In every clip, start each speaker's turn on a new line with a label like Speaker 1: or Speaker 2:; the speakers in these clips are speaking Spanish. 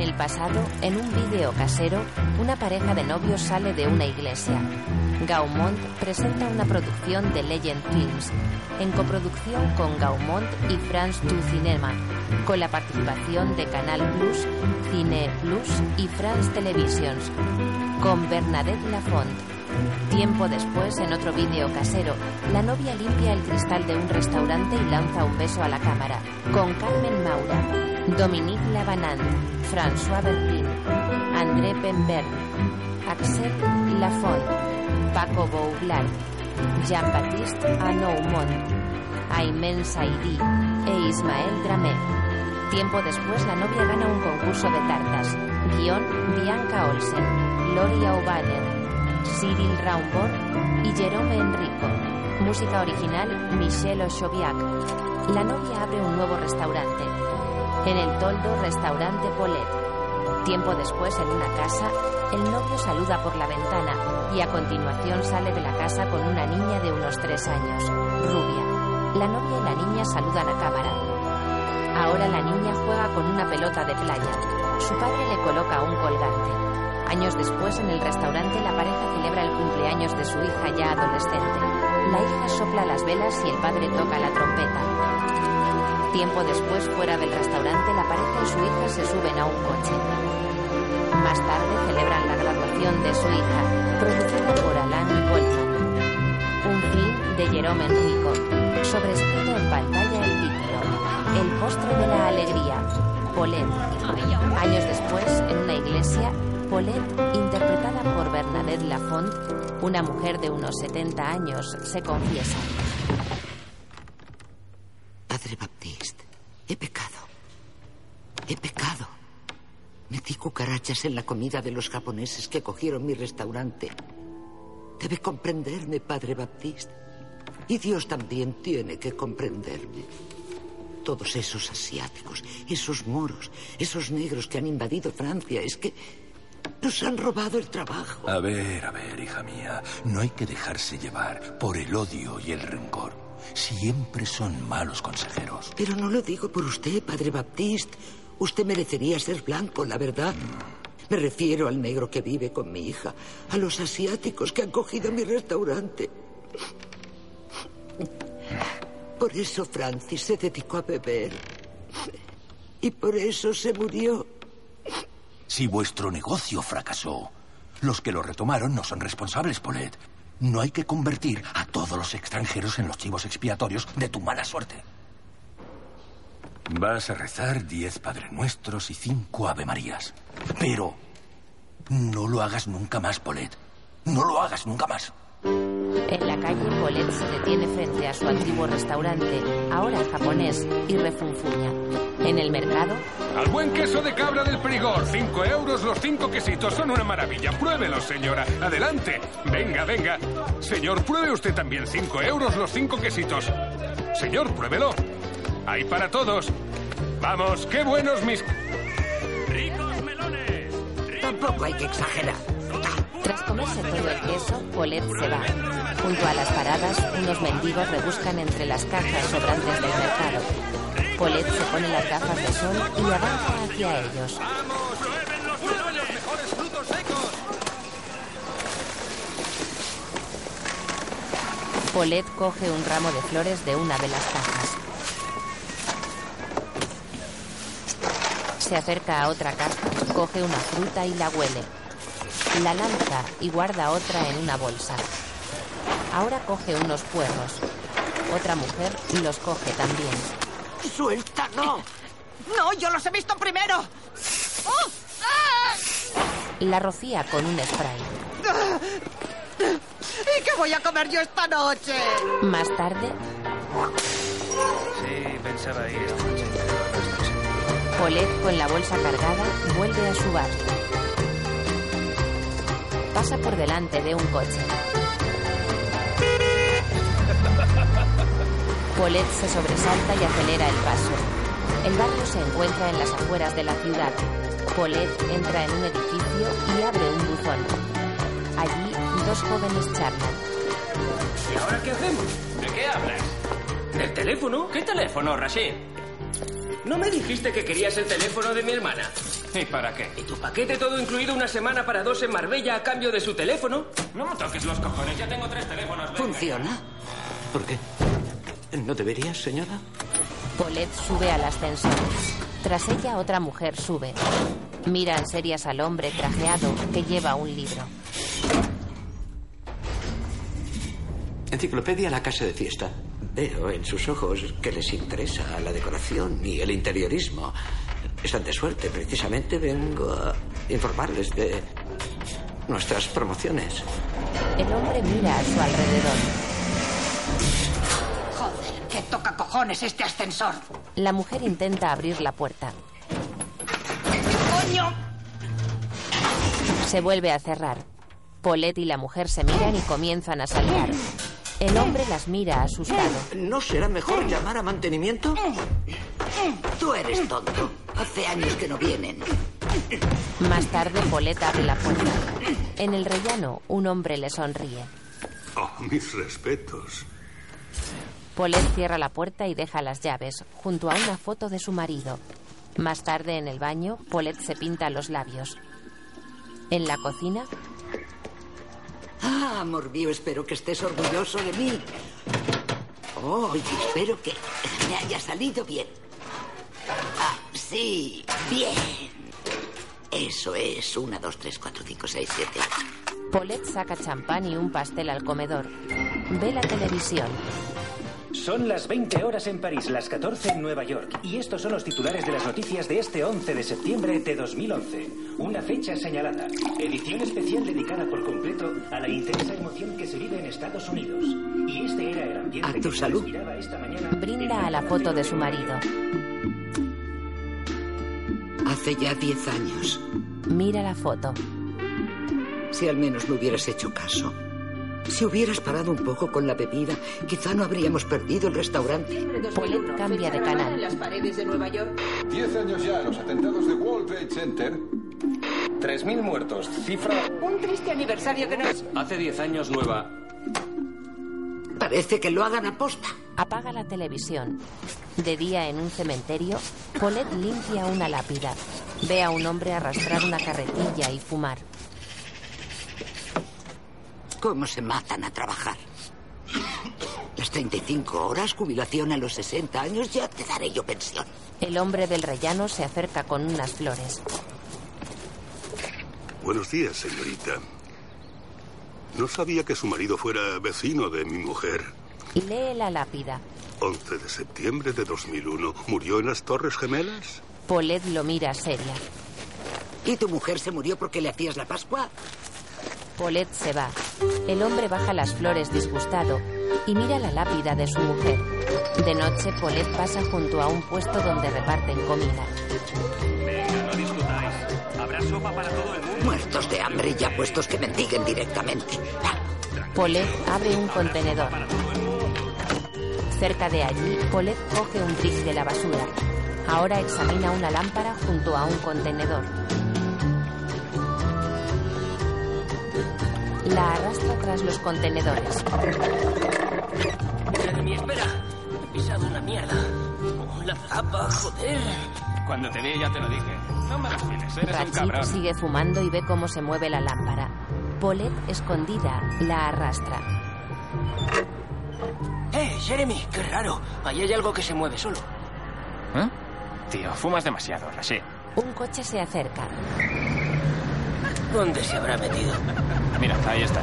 Speaker 1: el pasado, en un vídeo casero, una pareja de novios sale de una iglesia. Gaumont presenta una producción de Legend Films, en coproducción con Gaumont y France du Cinema, con la participación de Canal Plus, Cine Plus y France Televisions, con Bernadette Lafont. Tiempo después, en otro vídeo casero, la novia limpia el cristal de un restaurante y lanza un beso a la cámara, con Carmen Maura, Dominique Lavanant, François Bertin, André Pembert, Axel Lafont, Paco Boublard, Jean-Baptiste Anoumont, Aymen Saidi e Ismael Dramé. Tiempo después, la novia gana un concurso de tartas. Guión, Bianca Olsen, Loria O'Banner, Cyril Raumbord y Jerome Enrico. Música original Michel Ochoviac. La novia abre un nuevo restaurante. En el toldo, restaurante Polet. Tiempo después, en una casa, el novio saluda por la ventana y a continuación sale de la casa con una niña de unos tres años, rubia. La novia y la niña saludan a cámara. Ahora la niña juega con una pelota de playa. Su padre le coloca un colgante. Años después, en el restaurante, la pareja celebra el cumpleaños de su hija ya adolescente. La hija sopla las velas y el padre toca la trompeta. Tiempo después, fuera del restaurante, la pareja y su hija se suben a un coche. Más tarde celebran la graduación de su hija, producida por Alan Goldman. Un film de Jerome Enrico, sobrescrito en pantalla el título, El postre de la alegría, Polet. Años después, en una iglesia, Paulette, interpretada por Bernadette Lafont, una mujer de unos 70 años, se confiesa.
Speaker 2: Padre Baptiste, he pecado. He pecado. Metí cucarachas en la comida de los japoneses que cogieron mi restaurante. Debe comprenderme, Padre Baptiste. Y Dios también tiene que comprenderme. Todos esos asiáticos, esos moros, esos negros que han invadido Francia, es que nos han robado el trabajo.
Speaker 3: A ver, a ver, hija mía, no hay que dejarse llevar por el odio y el rencor. Siempre son malos consejeros.
Speaker 2: Pero no lo digo por usted, padre Baptiste. Usted merecería ser blanco, la verdad. Me refiero al negro que vive con mi hija, a los asiáticos que han cogido mi restaurante. Por eso Francis se dedicó a beber. Y por eso se murió.
Speaker 3: Si vuestro negocio fracasó, los que lo retomaron no son responsables, Polet. No hay que convertir a todos los extranjeros en los chivos expiatorios de tu mala suerte. Vas a rezar diez Padre Nuestros y cinco Ave Marías. Pero no lo hagas nunca más, Polet. No lo hagas nunca más.
Speaker 1: En la calle, Polet se detiene frente a su antiguo restaurante, ahora japonés, y refunfuña. En el mercado,
Speaker 4: Al buen queso de cabra del Perigor, 5 euros los cinco quesitos, son una maravilla. Pruébelo, señora. Adelante. Venga, venga. Señor, pruebe usted también, 5 euros los cinco quesitos. Señor, pruébelo. Hay para todos. Vamos, qué buenos mis...
Speaker 5: ¡Ricos melones!
Speaker 2: Tampoco hay que exagerar.
Speaker 1: Tras comerse todo el queso, Colette se va. Junto a las paradas, unos mendigos rebuscan entre las cajas sobrantes del mercado. Colette se pone las gafas de sol y avanza hacia ellos. Colette coge un ramo de flores de una de las cajas. Se acerca a otra caja, coge una fruta y la huele. La lanza y guarda otra en una bolsa. Ahora coge unos puerros. Otra mujer los coge también.
Speaker 2: ¡Suelta, no!
Speaker 6: ¡No, yo los he visto primero! ¡Oh! ¡Ah!
Speaker 1: La rocía con un spray.
Speaker 6: ¡Ah! ¿Y qué voy a comer yo esta noche?
Speaker 1: Más tarde,
Speaker 7: Sí, pensaba ir esta noche.
Speaker 1: Colette, con la bolsa cargada, vuelve a su bar. Pasa por delante de un coche. Colette se sobresalta y acelera el paso. El barrio se encuentra en las afueras de la ciudad. Colette entra en un edificio y abre un buzón. Allí, dos jóvenes charlan.
Speaker 7: ¿Y ahora qué hacemos? ¿De qué hablas? ¿Del teléfono? ¿Qué teléfono, Rashid? ¿No me dijiste que querías el teléfono de mi hermana?
Speaker 8: ¿Y para qué? ¿Y tu paquete todo incluido una semana para dos en Marbella a cambio de su teléfono? No me toques los cojones, ya tengo tres teléfonos.
Speaker 2: ¿Funciona?
Speaker 9: ¿Por qué? ¿No deberías, señora?
Speaker 1: Paulette sube al ascensor. Tras ella otra mujer sube. Mira en serias al hombre trajeado que lleva un libro.
Speaker 9: Enciclopedia La Casa de Fiesta. Veo en sus ojos que les interesa la decoración y el interiorismo. Están de suerte, precisamente vengo a informarles de nuestras promociones.
Speaker 1: El hombre mira a su alrededor.
Speaker 10: Joder, que toca cojones este ascensor.
Speaker 1: La mujer intenta abrir la puerta.
Speaker 10: ¡Coño!
Speaker 1: Se vuelve a cerrar. Paulette y la mujer se miran y comienzan a saltar. El hombre las mira asustado.
Speaker 2: ¿No será
Speaker 6: Mm.
Speaker 2: mejor llamar a mantenimiento? Tú eres tonto. Hace años que no vienen.
Speaker 1: Más tarde, Paulette abre la puerta. En el rellano, un hombre le sonríe.
Speaker 11: Oh, mis respetos.
Speaker 1: Paulette cierra la puerta y deja las llaves, junto a una foto de su marido. Más tarde, en el baño, Paulette se pinta los labios. En la cocina,
Speaker 2: Ah, amor mío, espero que estés orgulloso de mí. Oh, y espero que me haya salido bien. Ah, sí, bien. Eso es. Una, dos, tres, cuatro, cinco, seis, siete.
Speaker 1: Paulette saca champán y un pastel al comedor. Ve la televisión.
Speaker 5: Son las 20 horas en París, las 14 en Nueva York. Y estos son los titulares de las noticias de este 11 de septiembre de 2011. Una fecha señalada. Edición especial dedicada por completo a la intensa emoción que se vive en Estados Unidos. Y este era el ambiente
Speaker 2: A
Speaker 5: que
Speaker 2: tu
Speaker 5: se
Speaker 2: salud.
Speaker 5: respiraba esta mañana.
Speaker 1: Brinda a la foto de su marido.
Speaker 2: Hace ya diez años.
Speaker 1: Mira la foto.
Speaker 2: Si al menos me hubieras hecho caso. Si hubieras parado un poco con la bebida, quizá no habríamos perdido el restaurante.
Speaker 1: Paulette cambia de canal.
Speaker 12: las paredes de Nueva York.
Speaker 13: Diez años ya, los atentados de World Trade Center.
Speaker 8: 3.000 muertos, cifra...
Speaker 12: Un triste aniversario que no es.
Speaker 8: Hace 10 años nueva.
Speaker 2: Parece que lo hagan a posta.
Speaker 1: Apaga la televisión. De día en un cementerio, Paulette limpia una lápida. Ve a un hombre arrastrar una carretilla y fumar.
Speaker 2: ¿Cómo se matan a trabajar? Las 35 horas, jubilación a los 60 años, ya te daré yo pensión.
Speaker 1: El hombre del rellano se acerca con unas flores.
Speaker 11: Buenos días, señorita. No sabía que su marido fuera vecino de mi mujer.
Speaker 1: Lee la lápida.
Speaker 11: 11 de septiembre de 2001. ¿Murió en las Torres Gemelas?
Speaker 1: Paulette lo mira seria.
Speaker 2: ¿Y tu mujer se murió porque le hacías la Pascua?
Speaker 1: Paulette se va. El hombre baja las flores disgustado y mira la lápida de su mujer. De noche, Paulette pasa junto a un puesto donde reparten comida.
Speaker 14: Venga, no discutáis. Habrá sopa para todo el mundo.
Speaker 2: Muertos de hambre y ya puestos que mendiguen directamente.
Speaker 1: Paulette abre un contenedor. Cerca de allí, Paulette coge un brick de la basura. Ahora examina una lámpara junto a un contenedor. La arrastra tras los contenedores.
Speaker 8: Jeremy, espera. He pisado una mierda. Oh, la tapa, joder. Cuando te vi ya te lo dije. No me las tienes, eres un
Speaker 1: Rachid
Speaker 8: cabrón.
Speaker 1: sigue fumando y ve cómo se mueve la lámpara. Paulette, escondida, la arrastra.
Speaker 8: ¡Eh, Jeremy! ¡Qué raro! Ahí hay algo que se mueve solo. ¿Eh? Tío, fumas demasiado, así.
Speaker 1: Un coche se acerca.
Speaker 8: ¿Dónde se habrá metido? Ah, Mira, ahí está.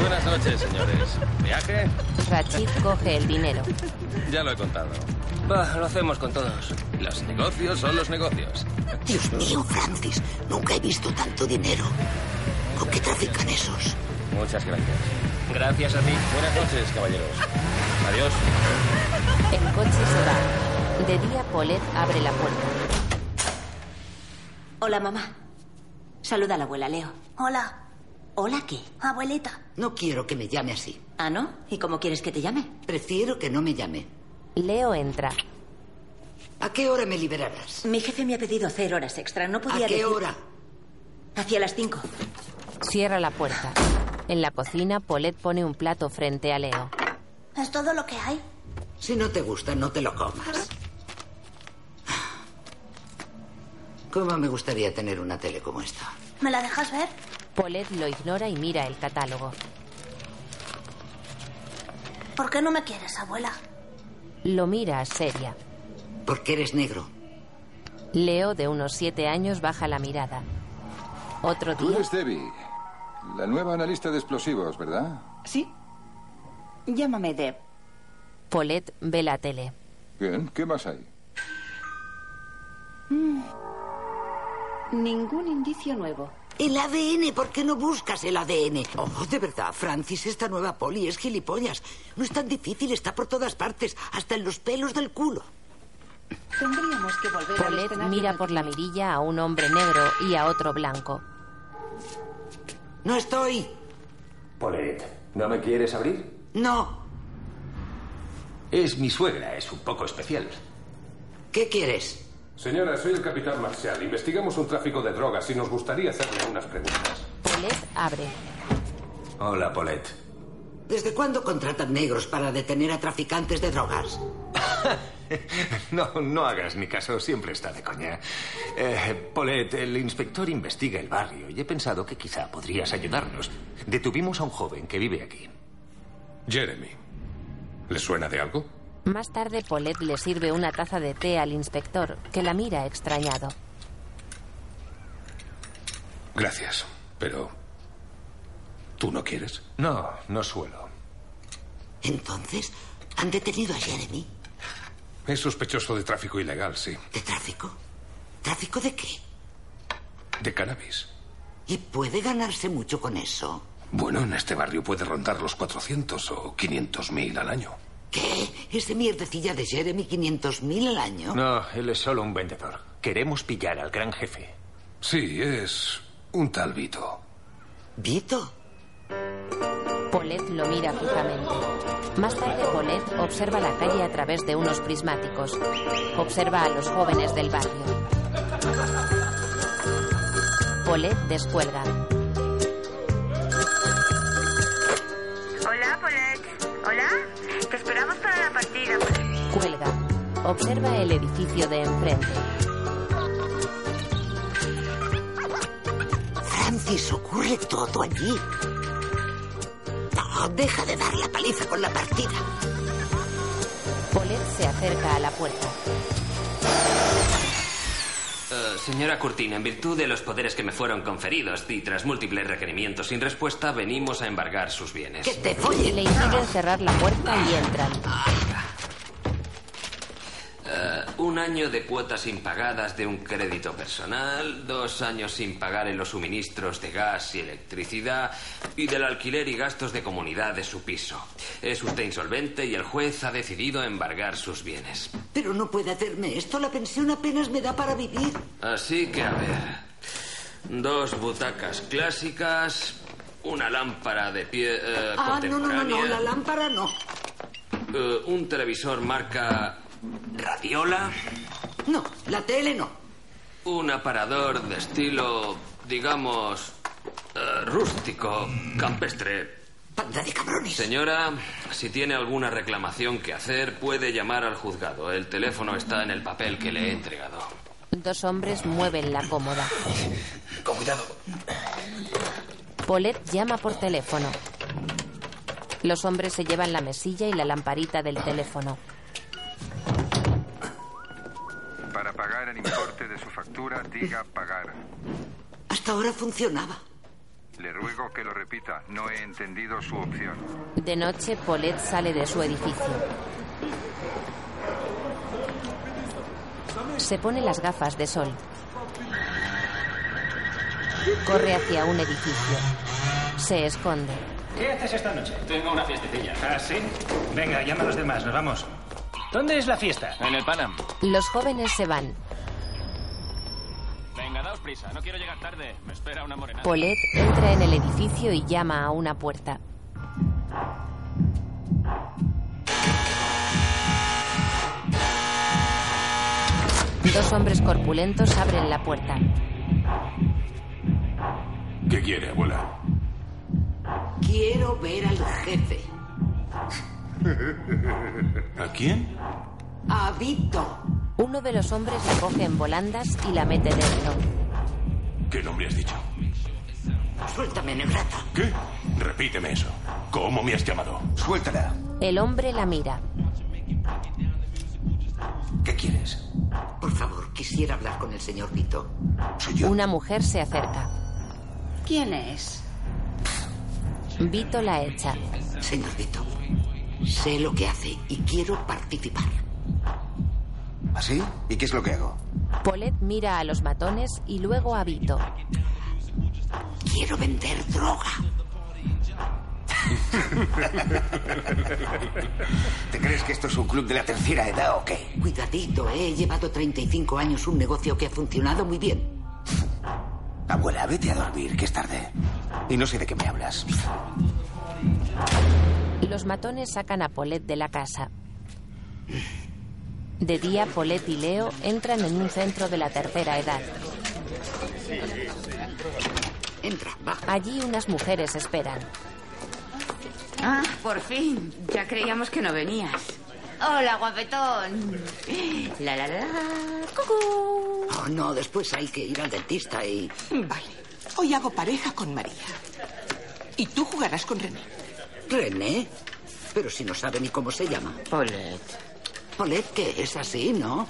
Speaker 15: Buenas noches, señores. ¿Viaje?
Speaker 1: Rachid coge el dinero.
Speaker 15: Ya lo he contado.
Speaker 8: Va, lo hacemos con todos.
Speaker 15: Los negocios son los negocios.
Speaker 2: Dios mío, Francis, nunca he visto tanto dinero. ¿Con qué trafican esos?
Speaker 15: Muchas gracias.
Speaker 8: Gracias a ti.
Speaker 15: Buenas noches, caballeros. Adiós.
Speaker 1: El coche se va. De día, Paulette abre la puerta.
Speaker 16: Hola, mamá. Saluda a la abuela, Leo.
Speaker 7: Hola,
Speaker 16: ¿Hola qué?
Speaker 7: abuelita.
Speaker 2: No quiero que me llame así.
Speaker 16: ¿Ah, no? ¿Y cómo quieres que te llame?
Speaker 2: Prefiero que no me llame.
Speaker 1: Leo entra.
Speaker 2: ¿A qué hora me liberarás?
Speaker 16: Mi jefe me ha pedido hacer horas extra. No podía
Speaker 2: ¿A qué
Speaker 16: decir-
Speaker 2: hora?
Speaker 16: Hacia las cinco.
Speaker 1: Cierra la puerta. En la cocina, Paulette pone un plato frente a Leo.
Speaker 7: ¿Es todo lo que hay?
Speaker 2: Si no te gusta, no te lo comas. ¿Cómo me gustaría tener una tele como esta?
Speaker 17: ¿Me la dejas ver?
Speaker 1: Paulette lo ignora y mira el catálogo.
Speaker 17: ¿Por qué no me quieres, abuela?
Speaker 1: Lo mira seria.
Speaker 2: Porque eres negro.
Speaker 1: Leo, de unos siete años, baja la mirada. Otro
Speaker 13: Tú
Speaker 1: día,
Speaker 13: eres Debbie, la nueva analista de explosivos, ¿verdad?
Speaker 18: Sí. Llámame Deb.
Speaker 1: Paulette ve la tele.
Speaker 13: Bien, ¿qué más hay?
Speaker 18: Mm. Ningún indicio nuevo.
Speaker 2: El ADN, ¿por qué no buscas el ADN? Oh, de verdad, Francis, esta nueva poli es gilipollas. No es tan difícil, está por todas partes, hasta en los pelos del culo.
Speaker 18: Tendríamos que volver al
Speaker 1: Paulette
Speaker 18: escenario.
Speaker 1: mira por la mirilla a un hombre negro y a otro blanco.
Speaker 2: No estoy.
Speaker 5: Polet, ¿no me quieres abrir?
Speaker 2: No.
Speaker 5: Es mi suegra, es un poco especial.
Speaker 2: ¿Qué quieres?
Speaker 4: Señora, soy el capitán Marcial. Investigamos un tráfico de drogas y nos gustaría hacerle unas preguntas.
Speaker 1: Paulette abre.
Speaker 5: Hola, Polet.
Speaker 2: ¿Desde cuándo contratan negros para detener a traficantes de drogas?
Speaker 5: No, no hagas ni caso, siempre está de coña. Eh, Polet, el inspector investiga el barrio y he pensado que quizá podrías ayudarnos. Detuvimos a un joven que vive aquí.
Speaker 4: Jeremy. ¿Le suena de algo?
Speaker 1: Más tarde, Paulette le sirve una taza de té al inspector, que la mira extrañado.
Speaker 4: Gracias, pero... ¿Tú no quieres?
Speaker 5: No, no suelo.
Speaker 2: Entonces, ¿han detenido a Jeremy?
Speaker 4: Es sospechoso de tráfico ilegal, sí.
Speaker 2: ¿De tráfico? ¿Tráfico de qué?
Speaker 4: De cannabis.
Speaker 2: Y puede ganarse mucho con eso.
Speaker 4: Bueno, en este barrio puede rondar los 400 o 500 mil al año.
Speaker 2: ¿Qué? ¿Ese mierdecilla de Jeremy 500.000 al año?
Speaker 5: No, él es solo un vendedor. Queremos pillar al gran jefe.
Speaker 4: Sí, es un tal Vito.
Speaker 2: ¿Vito?
Speaker 1: Paulette lo mira fijamente. Más tarde, Paulette observa la calle a través de unos prismáticos. Observa a los jóvenes del barrio. Paulette descuelga.
Speaker 19: Hola, Paulette. Hola. Te esperamos para la partida.
Speaker 1: Cuelga. Observa el edificio de enfrente.
Speaker 2: Francis, ocurre todo allí. No, deja de dar la paliza con la partida.
Speaker 1: Paulette se acerca a la puerta.
Speaker 8: Eh, señora Curtin, en virtud de los poderes que me fueron conferidos y tras múltiples requerimientos sin respuesta, venimos a embargar sus bienes.
Speaker 1: Le impiden cerrar la puerta y entran.
Speaker 8: Eh, un año de cuotas impagadas de un crédito personal, dos años sin pagar en los suministros de gas y electricidad y del alquiler y gastos de comunidad de su piso. Es usted insolvente y el juez ha decidido embargar sus bienes.
Speaker 2: Pero no puede hacerme esto, la pensión apenas me da para vivir.
Speaker 8: Así que, a ver. Dos butacas clásicas, una lámpara de pie. eh,
Speaker 2: Ah, no, no, no, no,
Speaker 8: contemporánea,
Speaker 2: la lámpara no.
Speaker 8: eh, un televisor marca. Radiola.
Speaker 2: No, la tele no.
Speaker 8: Un aparador de estilo, digamos, eh, rústico, campestre.
Speaker 2: Panda de cabrones.
Speaker 8: Señora, si tiene alguna reclamación que hacer, puede llamar al juzgado. El teléfono está en el papel que le he entregado.
Speaker 1: Dos hombres mueven la cómoda.
Speaker 8: Con cuidado.
Speaker 1: Paulette llama por teléfono. Los hombres se llevan la mesilla y la lamparita del teléfono.
Speaker 20: Para pagar el importe de su factura, diga pagar.
Speaker 2: Hasta ahora funcionaba.
Speaker 20: Le ruego que lo repita. No he entendido su opción.
Speaker 1: De noche, Paulette sale de su edificio. Se pone las gafas de sol. Corre hacia un edificio. Se esconde.
Speaker 21: ¿Qué haces esta noche?
Speaker 7: Tengo una fiestecilla.
Speaker 21: ¿Ah, sí? Venga, llama a los demás, nos vamos. ¿Dónde es la fiesta?
Speaker 7: En el Panam.
Speaker 1: Los jóvenes se van.
Speaker 7: Venga, daos prisa, no quiero llegar tarde. Me espera una morena.
Speaker 1: Paulette entra en el edificio y llama a una puerta. Dos hombres corpulentos abren la puerta.
Speaker 4: ¿Qué quiere, abuela?
Speaker 2: Quiero ver al jefe.
Speaker 4: ¿A quién?
Speaker 2: A Vito.
Speaker 1: Uno de los hombres la coge en volandas y la mete dentro.
Speaker 3: ¿Qué nombre has dicho?
Speaker 2: Suéltame, negrata.
Speaker 3: ¿Qué? Repíteme eso. ¿Cómo me has llamado? Suéltala.
Speaker 1: El hombre la mira.
Speaker 2: ¿Qué quieres? Por favor, quisiera hablar con el señor Vito.
Speaker 3: Soy yo.
Speaker 1: Una mujer se acerca.
Speaker 18: ¿Quién es?
Speaker 1: Vito la echa.
Speaker 2: Señor Vito, sé lo que hace y quiero participar.
Speaker 9: ¿Así? ¿Y qué es lo que hago?
Speaker 1: Polet mira a los matones y luego a Vito.
Speaker 2: Quiero vender droga.
Speaker 9: ¿Te crees que esto es un club de la tercera edad o qué?
Speaker 2: Cuidadito, eh, he llevado 35 años un negocio que ha funcionado muy bien.
Speaker 9: Abuela, vete a dormir, que es tarde. Y no sé de qué me hablas.
Speaker 1: Los matones sacan a Polet de la casa. De día, Polet y Leo entran en un centro de la tercera edad.
Speaker 2: Entra, baja.
Speaker 1: Allí unas mujeres esperan.
Speaker 22: Ah, por fin. Ya creíamos que no venías. Hola, guapetón. La la la. Cucú.
Speaker 2: Oh, no, después hay que ir al dentista y...
Speaker 12: Vale. Hoy hago pareja con María. Y tú jugarás con René.
Speaker 2: ¿René? Pero si no sabe ni cómo se llama.
Speaker 22: Paulette.
Speaker 2: Paulette, que es así, ¿no?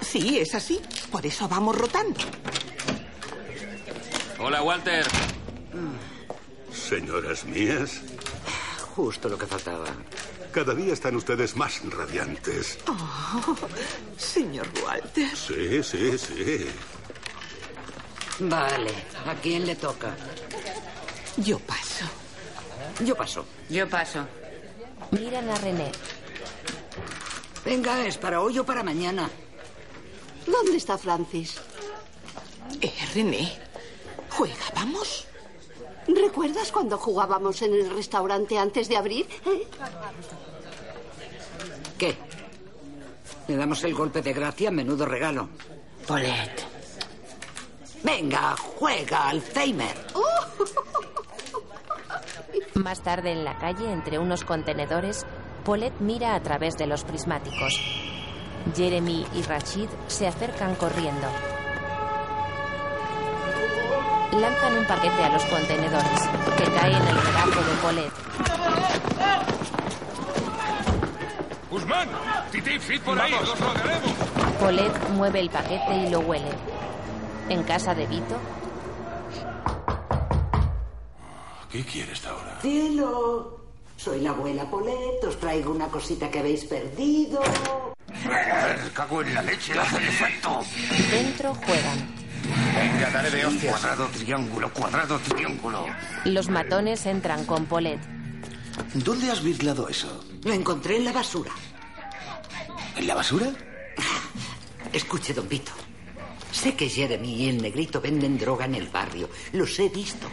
Speaker 12: Sí, es así. Por eso vamos rotando.
Speaker 8: Hola, Walter.
Speaker 11: Señoras mías,
Speaker 2: Justo lo que faltaba.
Speaker 11: cada día están ustedes más radiantes.
Speaker 12: Oh, señor Walter.
Speaker 11: Sí, sí, sí.
Speaker 2: Vale, ¿a quién le toca?
Speaker 12: Yo paso.
Speaker 2: Yo paso.
Speaker 22: Yo paso.
Speaker 1: Miran a René.
Speaker 2: Venga, es para hoy o para mañana.
Speaker 16: ¿Dónde está Francis?
Speaker 12: Eh, René, juega, vamos.
Speaker 16: ¿Recuerdas cuando jugábamos en el restaurante antes de abrir? eh?
Speaker 2: ¿Qué? Le damos el golpe de gracia, menudo regalo.
Speaker 22: Paulette.
Speaker 2: Venga, juega, Alzheimer.
Speaker 1: Más tarde en la calle, entre unos contenedores, Paulette mira a través de los prismáticos. Jeremy y Rashid se acercan corriendo. Lanzan un paquete a los contenedores, que cae en el regazo de Paulette.
Speaker 4: ¡Guzmán! ¡Titi, fit por ahí! ¡Los rodearemos!
Speaker 1: Paulette mueve el paquete y lo huele. En casa de Vito,
Speaker 3: ¿Qué quieres ahora?
Speaker 2: Cielo, soy la abuela Polet, os traigo una cosita que habéis perdido.
Speaker 9: Cago en la leche, hace efecto.
Speaker 1: dentro juegan.
Speaker 9: Venga, dale de hostia. Cuadrado, triángulo, cuadrado, triángulo.
Speaker 1: Los matones entran con Paulette.
Speaker 9: ¿Dónde has virlado eso?
Speaker 2: Lo encontré en la basura.
Speaker 9: ¿En la basura?
Speaker 2: Escuche, don Vito. Sé que Jeremy y el negrito venden droga en el barrio. Los he visto.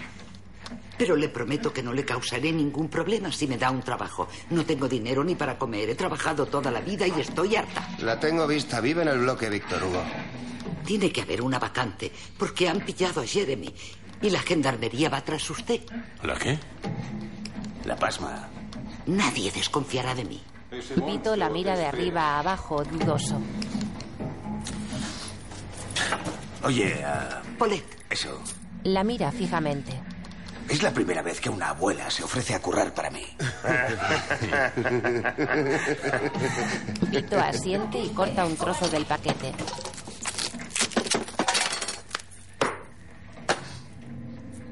Speaker 2: Pero le prometo que no le causaré ningún problema si me da un trabajo. No tengo dinero ni para comer. He trabajado toda la vida y estoy harta.
Speaker 9: La tengo vista, vive en el bloque Víctor Hugo.
Speaker 2: Tiene que haber una vacante porque han pillado a Jeremy y la gendarmería va tras usted.
Speaker 3: ¿La qué?
Speaker 9: La pasma.
Speaker 2: Nadie desconfiará de mí.
Speaker 1: Vito la mira de arriba a abajo, dudoso.
Speaker 9: Oye, ah,
Speaker 2: Polet,
Speaker 9: eso.
Speaker 1: La mira fijamente.
Speaker 9: Es la primera vez que una abuela se ofrece a currar para mí.
Speaker 1: Vito asiente y corta un trozo del paquete.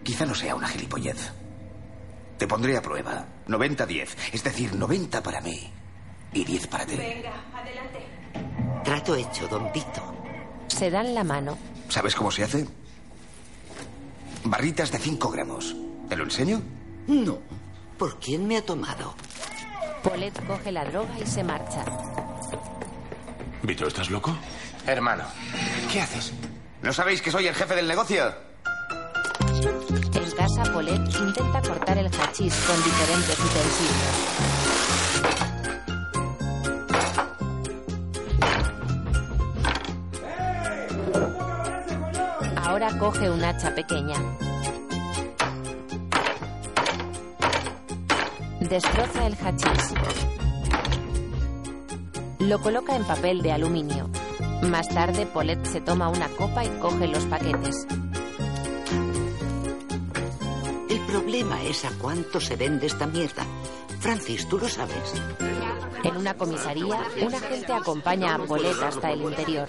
Speaker 9: Quizá no sea una gilipollez. Te pondré a prueba. 90-10. Es decir, 90 para mí y 10 para ti.
Speaker 2: trato hecho, don Vito.
Speaker 1: Se dan la mano.
Speaker 9: ¿Sabes cómo se hace? Barritas de 5 gramos. ¿Te lo enseño?
Speaker 2: No. ¿Por quién me ha tomado?
Speaker 1: Paulette coge la droga y se marcha.
Speaker 3: Vito, ¿estás loco?
Speaker 9: Hermano, ¿qué haces? ¿No sabéis que soy el jefe del negocio?
Speaker 1: En casa, Paulette intenta cortar el hachís con diferentes utensilios. Ahora coge un hacha pequeña. Destroza el hachís. Lo coloca en papel de aluminio. Más tarde, Paulette se toma una copa y coge los paquetes.
Speaker 2: El problema es a cuánto se vende esta mierda. Francis, ¿tú lo sabes?
Speaker 1: En una comisaría, un agente acompaña a Paulette hasta el interior.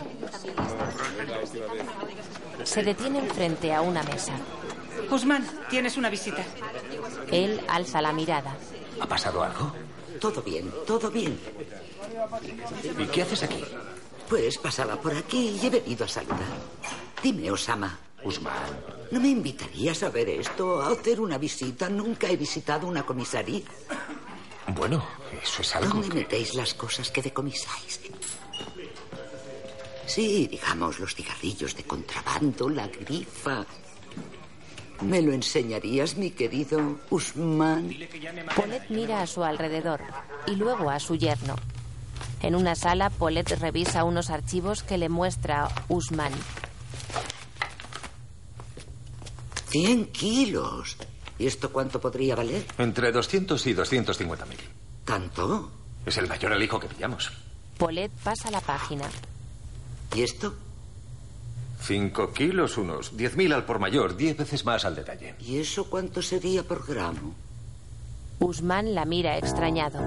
Speaker 1: Se detienen frente a una mesa.
Speaker 23: Guzmán, tienes una visita.
Speaker 1: Él alza la mirada.
Speaker 5: ¿Ha pasado algo?
Speaker 2: Todo bien, todo bien.
Speaker 5: ¿Y qué haces aquí?
Speaker 2: Pues pasaba por aquí y he venido a saludar. Dime, Osama.
Speaker 5: Usman,
Speaker 2: ¿No me invitarías a ver esto, a hacer una visita? Nunca he visitado una comisaría.
Speaker 5: Bueno, eso es algo.
Speaker 2: ¿Dónde metéis las cosas que decomisáis? Sí, digamos, los cigarrillos de contrabando, la grifa. ¿Me lo enseñarías, mi querido Usman?
Speaker 1: Paulette mira a su alrededor y luego a su yerno. En una sala, Paulette revisa unos archivos que le muestra Usman.
Speaker 2: ¡Cien kilos! ¿Y esto cuánto podría valer?
Speaker 5: Entre 200 y 250 mil.
Speaker 2: ¿Tanto?
Speaker 5: Es el mayor alijo que pillamos.
Speaker 1: Paulette pasa la página.
Speaker 2: ¿Y esto?
Speaker 5: Cinco kilos, unos 10.000 al por mayor, diez veces más al detalle.
Speaker 2: ¿Y eso cuánto sería por gramo?
Speaker 1: Usman la mira extrañado.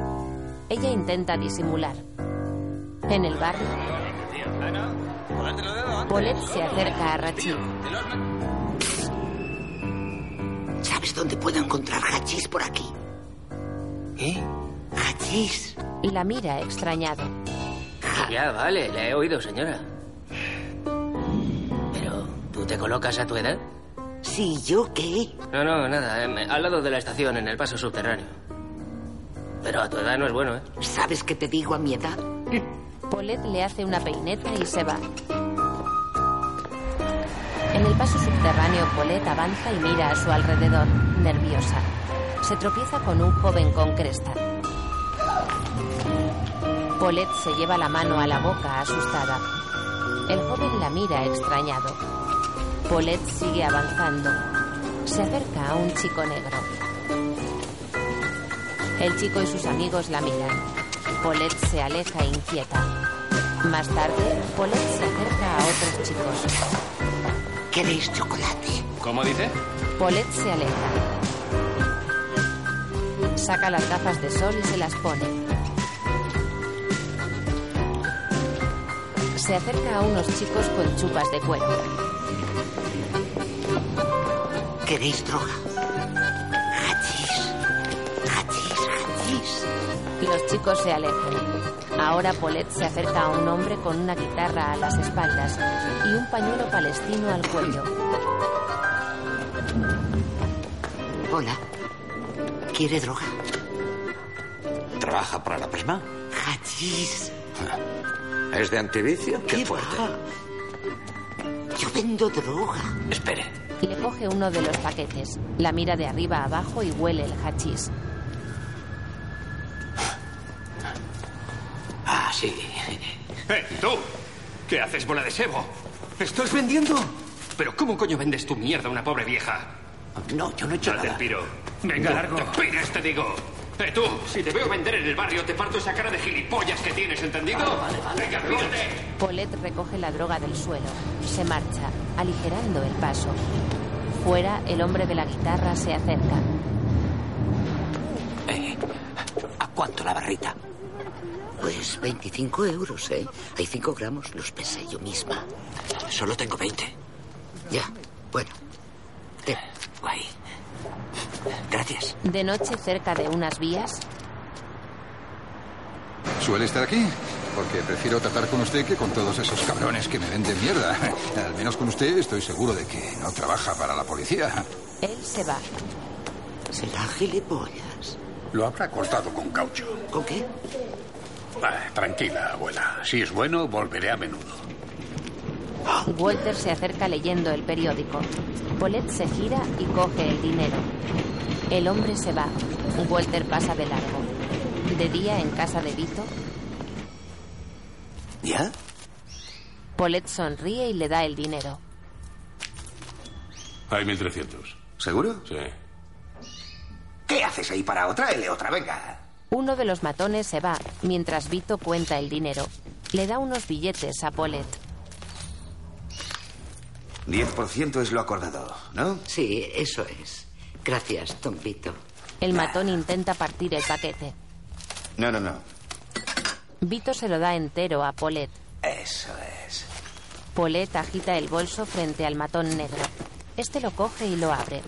Speaker 1: Ella intenta disimular. En el bar, Paulette se acerca a Rachid.
Speaker 2: ¿Sabes dónde puedo encontrar hachís por aquí?
Speaker 5: ¿Eh?
Speaker 2: Hachís.
Speaker 1: La mira extrañado.
Speaker 24: Ya, vale, la he oído, señora. Pero, ¿tú te colocas a tu edad?
Speaker 2: Sí, ¿yo qué?
Speaker 24: No, no, nada, em, al lado de la estación, en el paso subterráneo. Pero a tu edad no es bueno, ¿eh?
Speaker 2: ¿Sabes qué te digo a mi edad?
Speaker 1: Paulette le hace una peineta y se va. En el paso subterráneo, Paulette avanza y mira a su alrededor, nerviosa. Se tropieza con un joven con cresta. Paulette se lleva la mano a la boca, asustada. El joven la mira extrañado. Paulette sigue avanzando. Se acerca a un chico negro. El chico y sus amigos la miran. Paulette se aleja e inquieta. Más tarde, Paulette se acerca a otros chicos.
Speaker 2: ¿Queréis chocolate?
Speaker 25: ¿Cómo dice?
Speaker 1: Paulette se aleja. Saca las gafas de sol y se las pone. Se acerca a unos chicos con chupas de cuero.
Speaker 2: ¿Queréis droga? Hachís. Hachís, hachís.
Speaker 1: Los chicos se alejan. Ahora Paulette se acerca a un hombre con una guitarra a las espaldas y un pañuelo palestino al cuello.
Speaker 2: Hola. ¿Quiere droga?
Speaker 9: ¿Trabaja para la prima?
Speaker 2: Hachís.
Speaker 9: ¿Es de antivicio? Qué, fuerte.
Speaker 2: Yo vendo droga.
Speaker 9: Espere.
Speaker 1: Le coge uno de los paquetes, la mira de arriba abajo y huele el hachís.
Speaker 9: Ah, sí.
Speaker 4: ¡Eh, tú! ¿Qué haces, bola de sebo? ¿Estás vendiendo? ¿Pero cómo coño vendes tu mierda a una pobre vieja?
Speaker 9: No, yo no he hecho
Speaker 4: Sal del
Speaker 9: nada.
Speaker 4: piro. Venga,
Speaker 9: No.
Speaker 4: largo. Te piras, te digo. Eh, tú, si te veo vender en el barrio, te parto esa cara de gilipollas que tienes, ¿entendido?
Speaker 21: Ah,
Speaker 4: Venga, pírate.
Speaker 1: Paulette recoge la droga del suelo. Se marcha, aligerando el paso. Fuera, el hombre de la guitarra se acerca.
Speaker 9: Eh, ¿A cuánto la barrita?
Speaker 2: Pues 25 euros, ¿eh? Hay 5 gramos, los pesé yo misma.
Speaker 9: Solo tengo 20.
Speaker 2: Ya, bueno. Te-
Speaker 9: Guay. Gracias.
Speaker 1: De noche, cerca de unas vías,
Speaker 13: ¿Suele estar aquí? Porque prefiero tratar con usted que con todos esos cabrones que me venden mierda. Al menos con usted estoy seguro de que no trabaja para la policía.
Speaker 1: él se va.
Speaker 2: ¿Será gilipollas?
Speaker 26: Lo habrá cortado con caucho.
Speaker 2: ¿Con qué?
Speaker 26: Ah, tranquila, abuela. Si es bueno, volveré a menudo.
Speaker 1: Walter se acerca leyendo el periódico. Paulette se gira y coge el dinero. El hombre se va. Walter pasa de largo. De día, en casa de Vito,
Speaker 9: ¿Ya?
Speaker 1: Paulette sonríe y le da el dinero.
Speaker 26: Hay 1300.
Speaker 9: ¿Seguro?
Speaker 26: Sí.
Speaker 9: ¿Qué haces ahí para otra? L otra, venga.
Speaker 1: Uno de los matones se va, mientras Vito cuenta el dinero. Le da unos billetes a Polet.
Speaker 9: 10% es lo acordado, ¿no?
Speaker 2: Sí, eso es. Gracias, Tompito.
Speaker 1: El matón intenta partir el paquete.
Speaker 9: No, no, no.
Speaker 1: Vito se lo da entero a Polet.
Speaker 9: Eso es.
Speaker 1: Polet agita el bolso frente al matón negro. Este lo coge y lo abre.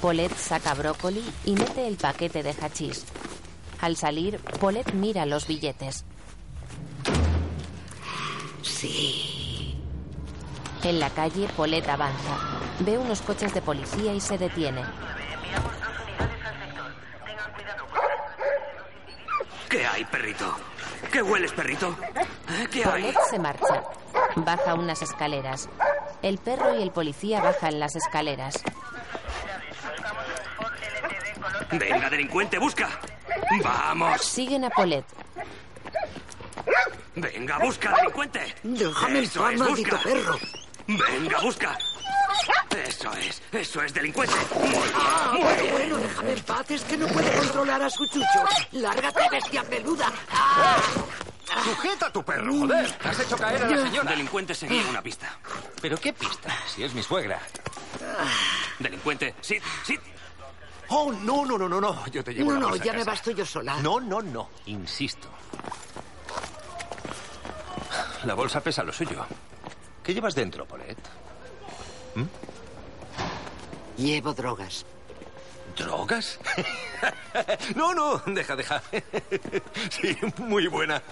Speaker 1: Polet saca brócoli y mete el paquete de hachís. Al salir, Polet mira los billetes.
Speaker 2: Sí.
Speaker 1: En la calle, Polet avanza. Ve unos coches de policía y se detiene.
Speaker 6: ¿Qué hay, perrito? ¿Qué hueles, perrito? ¿Eh? ¿Qué hay?
Speaker 1: Polet se marcha. Baja unas escaleras. El perro y el policía bajan las escaleras.
Speaker 6: Venga, delincuente, busca. Vamos.
Speaker 1: Siguen a Polet.
Speaker 6: Venga, busca, delincuente.
Speaker 2: Déjame en
Speaker 6: Eso
Speaker 2: paz,
Speaker 6: es,
Speaker 2: maldito
Speaker 6: busca.
Speaker 2: perro.
Speaker 6: Venga, busca. Eso es, eso es, delincuente. Muy bien, muy bien.
Speaker 2: Ah, Bueno, déjame en paz, es que no puede controlar a su chucho. Lárgate, bestia peluda. Ah.
Speaker 6: Sujeta a tu perro,
Speaker 2: joder.
Speaker 6: Has hecho
Speaker 2: caer a la señora.
Speaker 6: Delincuente seguía una pista. ¿Pero qué pista? Si es mi suegra.
Speaker 21: Ah.
Speaker 6: Delincuente, sí, sí.
Speaker 5: Oh, no, no, no, no, no. Yo te llevo
Speaker 2: No,
Speaker 5: la
Speaker 2: no,
Speaker 5: bolsa a
Speaker 2: ya me
Speaker 5: casa.
Speaker 2: basto yo sola.
Speaker 5: No, no, no. Insisto. La bolsa pesa lo suyo. ¿Qué llevas dentro, ¿Mm? Polet?
Speaker 2: Llevo drogas.
Speaker 5: ¿Drogas? No, no, deja, deja. Sí, muy buena.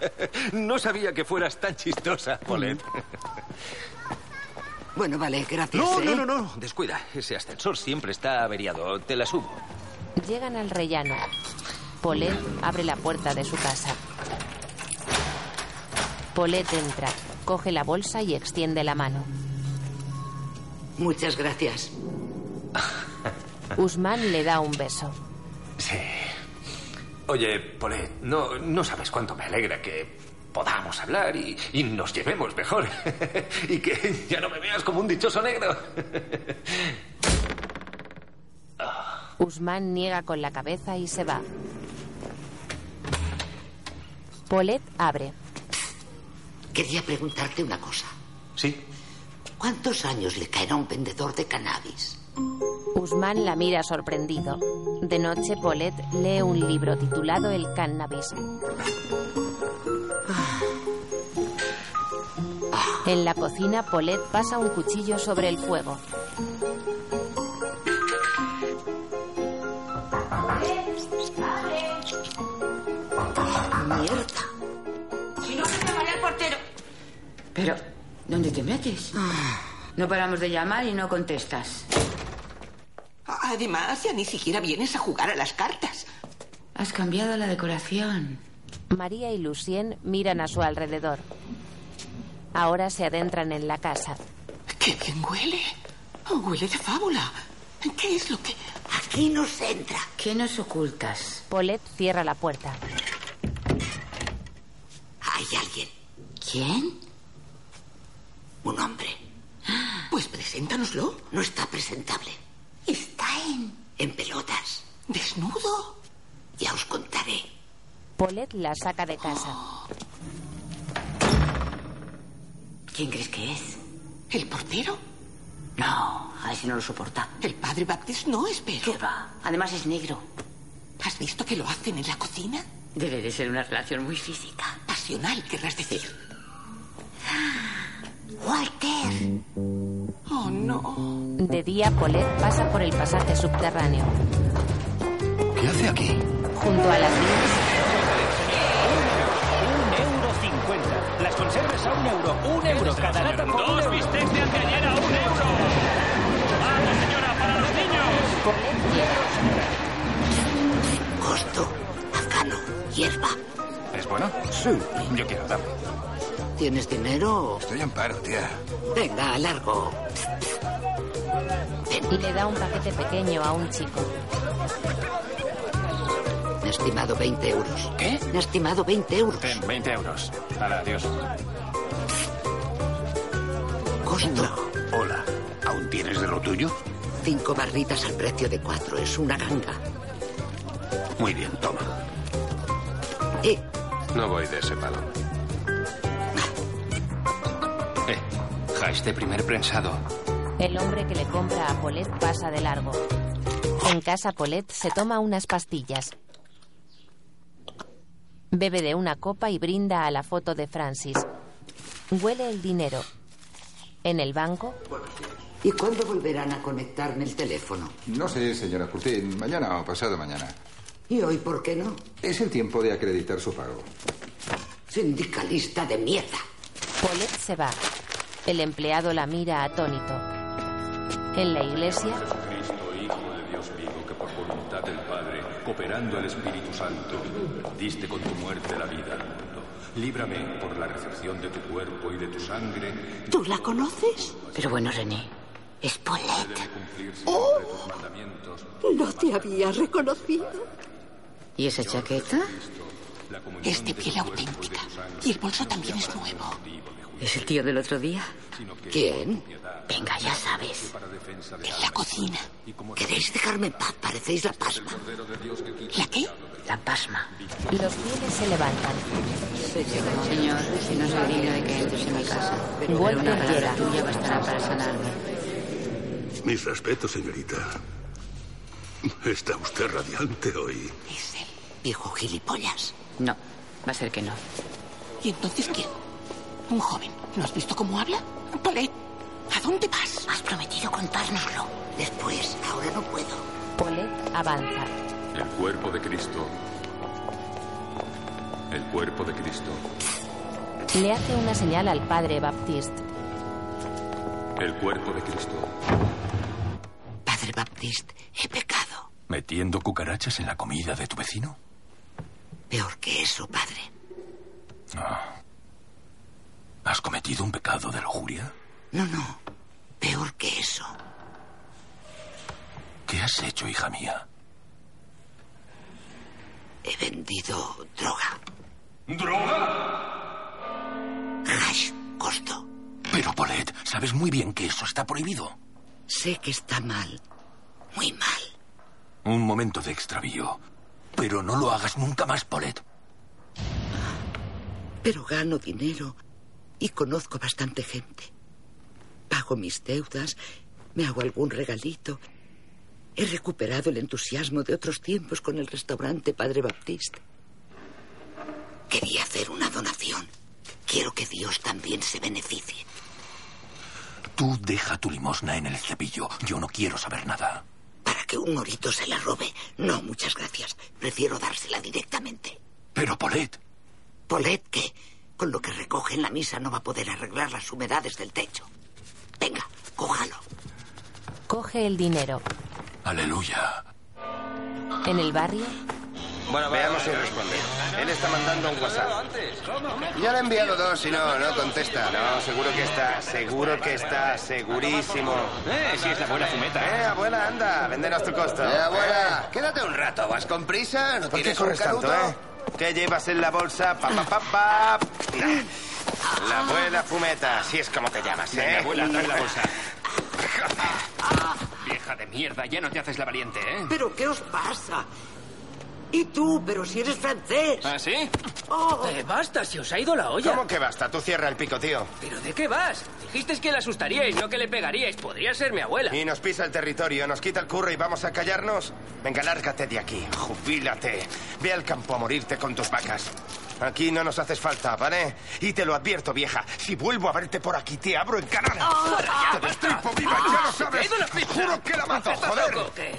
Speaker 5: No sabía que fueras tan chistosa, Polet.
Speaker 2: Bueno, vale, Mm, gracias.
Speaker 5: No,
Speaker 2: ¿eh?
Speaker 5: no, no, no. Descuida. Ese ascensor siempre está averiado. Te la subo.
Speaker 1: Llegan al rellano. Polet abre la puerta de su casa. Polet entra, coge la bolsa y extiende la mano.
Speaker 2: Muchas gracias.
Speaker 1: Usman le da un beso.
Speaker 5: Sí. Oye, Polet, no, no sabes cuánto me alegra que podamos hablar y, y nos llevemos mejor. y que ya no me veas como un dichoso negro.
Speaker 1: Usman niega con la cabeza y se va. Polet abre.
Speaker 2: Quería preguntarte una cosa.
Speaker 5: Sí.
Speaker 2: ¿Cuántos años le caerá a un vendedor de cannabis?
Speaker 1: Usman la mira sorprendido. De noche, Polet lee un libro titulado El cannabis. En la cocina, Polet pasa un cuchillo sobre el fuego.
Speaker 2: Ah, Mierda.
Speaker 22: Si no, que llamaré al portero. Pero, ¿dónde te metes?
Speaker 2: Ah.
Speaker 22: No paramos de llamar y no contestas.
Speaker 12: Además, ya ni siquiera vienes a jugar a las cartas.
Speaker 22: Has cambiado la decoración.
Speaker 1: María y Lucien miran a su alrededor. Ahora se adentran en la casa.
Speaker 12: ¡Qué bien huele! Huele de fábula. ¿Qué es lo que...?
Speaker 2: Aquí nos entra.
Speaker 22: ¿Qué nos ocultas?
Speaker 1: Polet cierra la puerta.
Speaker 2: Hay alguien.
Speaker 22: ¿Quién?
Speaker 2: Un hombre.
Speaker 12: Pues preséntanoslo.
Speaker 2: No está presentable.
Speaker 22: Está en...
Speaker 2: En pelotas.
Speaker 12: ¿Desnudo?
Speaker 2: Ya os contaré.
Speaker 1: Polet la saca de casa.
Speaker 22: ¿Quién crees que es?
Speaker 12: ¿El portero?
Speaker 22: No, a ese no lo soporta.
Speaker 12: El padre Baptiste no, espero.
Speaker 22: ¿Qué va? Además es negro.
Speaker 12: ¿Has visto que lo hacen en la cocina?
Speaker 22: Debe de ser una relación muy física.
Speaker 12: Pasional, querrás decir.
Speaker 22: Walter.
Speaker 12: Oh, no.
Speaker 1: De día, Polet pasa por el pasaje subterráneo.
Speaker 3: ¿Qué hace aquí?
Speaker 1: Junto a las vías,
Speaker 21: Un euro cincuenta. Las conservas a un euro. Un euro. Cada lata por un euro.
Speaker 2: Costo, acano, hierba.
Speaker 25: ¿Es bueno? Sí. Yo quiero darle.
Speaker 2: ¿Tienes dinero?
Speaker 13: Estoy en paro, tía.
Speaker 2: Venga, largo.
Speaker 1: y le da un paquete pequeño a un chico.
Speaker 2: Me ha estimado 20 euros. ¿Qué? Me ha estimado 20 euros.
Speaker 25: Ten 20 euros. Para adiós.
Speaker 2: Costo,
Speaker 26: Hola, ¿aún tienes de lo tuyo?
Speaker 2: cinco barritas al precio de cuatro. Es una ganga.
Speaker 26: Muy bien, toma.
Speaker 2: Eh,
Speaker 25: No voy de ese palo. Eh,
Speaker 26: este primer prensado.
Speaker 1: El hombre que le compra a Paulette pasa de largo. En casa, Paulette se toma unas pastillas. Bebe de una copa y brinda a la foto de Francis. Huele el dinero. En el banco,
Speaker 2: ¿Y cuándo volverán a conectarme el teléfono?
Speaker 13: No sé, señora Curtin, mañana o pasado mañana.
Speaker 2: ¿Y hoy por qué no?
Speaker 13: Es el tiempo de acreditar su pago.
Speaker 2: Sindicalista de mierda.
Speaker 1: Paulette se va. El empleado la mira atónito. En la iglesia,
Speaker 17: Jesucristo, Hijo de Dios vivo, que por voluntad del Padre, cooperando el Espíritu Santo, diste con tu muerte la vida al mundo. Líbrame por la recepción de tu cuerpo y de tu sangre.
Speaker 16: ¿Tú la conoces? Pero bueno, René, es Paulette. ¡Oh! No te había reconocido. ¿Y esa chaqueta? Es de piel auténtica. Y el bolso también es nuevo. ¿Es el tío del otro día?
Speaker 2: ¿Quién?
Speaker 16: Venga, ya sabes. En la cocina.
Speaker 2: ¿Queréis dejarme en paz? Parecéis la pasma.
Speaker 16: ¿La qué? La pasma.
Speaker 1: los fieles se levantan.
Speaker 22: Señor, si no soy digno de que entres en mi casa, pero
Speaker 1: Vuelve
Speaker 22: una
Speaker 1: entera.
Speaker 22: palabra tuya bastará para sanarme.
Speaker 11: Mis respetos, señorita. Está usted radiante hoy.
Speaker 2: Viejo gilipollas.
Speaker 22: No, va a ser que no.
Speaker 16: ¿Y entonces quién? Un joven. ¿No has visto cómo habla? Paulette, ¿a dónde vas? Has prometido contárnoslo.
Speaker 2: Después, ahora no puedo.
Speaker 1: Paulette avanza.
Speaker 17: El cuerpo de Cristo. El cuerpo de Cristo.
Speaker 1: Le hace una señal al padre Baptiste.
Speaker 17: El cuerpo de Cristo.
Speaker 2: Padre Baptiste, he pecado.
Speaker 3: ¿Metiendo cucarachas en la comida de tu vecino?
Speaker 2: Peor que eso, padre.
Speaker 3: Ah. ¿Has cometido un pecado de lujuria?
Speaker 2: No, no. Peor que eso.
Speaker 3: ¿Qué has hecho, hija mía?
Speaker 2: He vendido droga.
Speaker 17: ¿Droga?
Speaker 2: Hash, costo.
Speaker 3: Pero, Paulette, sabes muy bien que eso está prohibido.
Speaker 2: Sé que está mal. Muy mal.
Speaker 3: Un momento de extravío. Pero no lo hagas nunca más, Paulette.
Speaker 2: Pero gano dinero y conozco bastante gente. Pago mis deudas, me hago algún regalito. He recuperado el entusiasmo de otros tiempos con el restaurante Padre Baptiste. Quería hacer una donación. Quiero que Dios también se beneficie.
Speaker 3: Tú deja tu limosna en el cepillo. Yo no quiero saber nada.
Speaker 2: Para que un orito se la robe. No, muchas gracias. Prefiero dársela directamente.
Speaker 3: Pero, Paulette.
Speaker 2: Paulette, que con lo que recoge en la misa no va a poder arreglar las humedades del techo. Venga, cójalo.
Speaker 1: Coge el dinero.
Speaker 3: Aleluya.
Speaker 1: En el barrio,
Speaker 19: Bueno, veamos si responde. Él está mandando un WhatsApp. Ya le he enviado dos y no, no contesta. No, seguro que está, seguro que está, segurísimo.
Speaker 6: Eh, si es la buena fumeta.
Speaker 19: Eh, abuela, anda, véndenos tu costo.
Speaker 6: Eh,
Speaker 19: abuela, quédate un rato. ¿Vas con prisa? ¿No ¿Por qué tienes un corres tanto, canuto? eh? ¿Qué llevas en la bolsa? Pa, pa, pa, pa. La abuela fumeta, así es como te llamas, ¿eh?
Speaker 6: Venga, abuela, trae la bolsa. Vieja de mierda, ya no te haces la valiente, ¿eh?
Speaker 2: ¿Pero qué os pasa? ¿Y tú? ¿Pero si eres francés?
Speaker 6: ¿Ah, sí?
Speaker 2: ¡Oh!
Speaker 24: Eh, basta, si os ha ido la olla.
Speaker 19: ¿Cómo que basta? Tú cierra el pico, tío.
Speaker 24: ¿Pero de qué vas? Dijisteis que la asustaríais, no que le pegaríais. Podría ser mi abuela.
Speaker 19: Y nos pisa el territorio, nos quita el curro y vamos a callarnos. Venga, lárgate de aquí, jubílate. Ve al campo a morirte con tus vacas. Aquí no nos haces falta, ¿vale? Y te lo advierto, vieja. Si vuelvo a verte por aquí, te abro el canal.
Speaker 24: Ah,
Speaker 19: ¡Te destripo viva, ya lo sabes! ¡Juro que la mato, joder!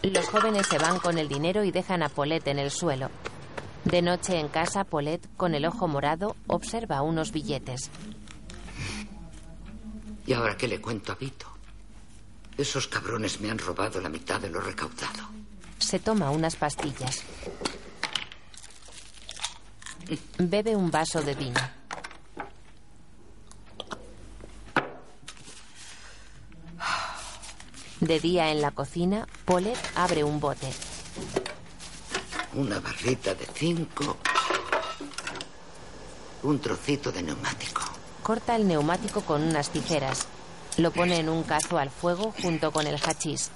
Speaker 1: los jóvenes se van con el dinero y dejan a Paulette en el suelo. De noche en casa, Paulette, con el ojo morado, observa unos billetes.
Speaker 2: ¿Y ahora qué le cuento a Vito? Esos cabrones me han robado la mitad de lo recaudado.
Speaker 1: Se toma unas pastillas. Bebe un vaso de vino. De día en la cocina, Paulette abre un bote.
Speaker 2: Una barrita de cinco. Un trocito de neumático.
Speaker 1: Corta el neumático con unas tijeras. Lo pone en un cazo al fuego junto con el hachís.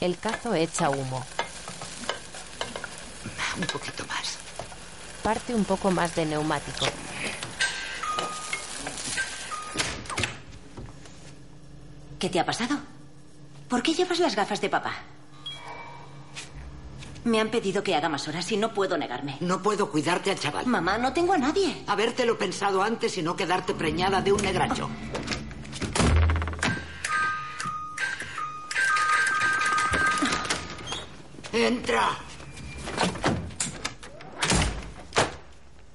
Speaker 1: El cazo echa humo.
Speaker 2: Un poquito más.
Speaker 1: Parte un poco más de neumático.
Speaker 7: ¿Qué te ha pasado? ¿Por qué llevas las gafas de papá? Me han pedido que haga más horas y no puedo negarme.
Speaker 2: No puedo cuidarte al chaval.
Speaker 7: Mamá, no tengo a nadie.
Speaker 2: Habértelo pensado antes y no quedarte preñada de un negracho. Entra.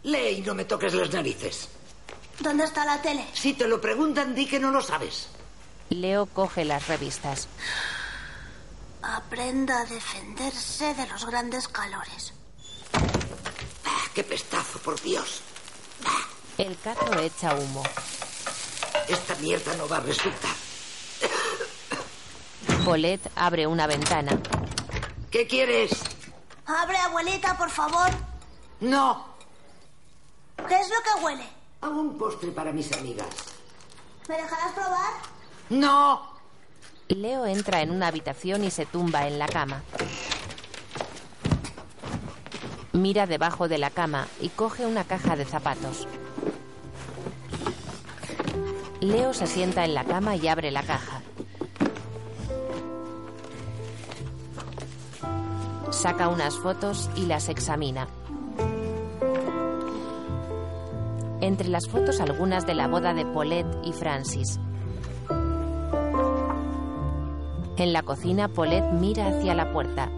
Speaker 2: Lee y no me toques las narices.
Speaker 7: ¿Dónde está la tele?
Speaker 2: Si te lo preguntan, di que no lo sabes.
Speaker 1: Leo coge las revistas.
Speaker 7: Aprenda a defenderse de los grandes calores.
Speaker 2: Ah, ¡Qué pestazo, por Dios!
Speaker 1: El gato echa humo.
Speaker 2: Esta mierda no va a resultar.
Speaker 1: Colette abre una ventana.
Speaker 2: ¿Qué quieres?
Speaker 7: Abre, abuelita, por favor.
Speaker 2: No.
Speaker 7: ¿Qué es lo que huele?
Speaker 2: Hago un postre para mis amigas.
Speaker 7: ¿Me dejarás probar?
Speaker 2: ¡No!
Speaker 1: Leo entra en una habitación y se tumba en la cama. Mira debajo de la cama y coge una caja de zapatos. Leo se sienta en la cama y abre la caja. Saca unas fotos y las examina. Entre las fotos algunas de la boda de Paulette y Francis. En la cocina, Paulette mira hacia la puerta.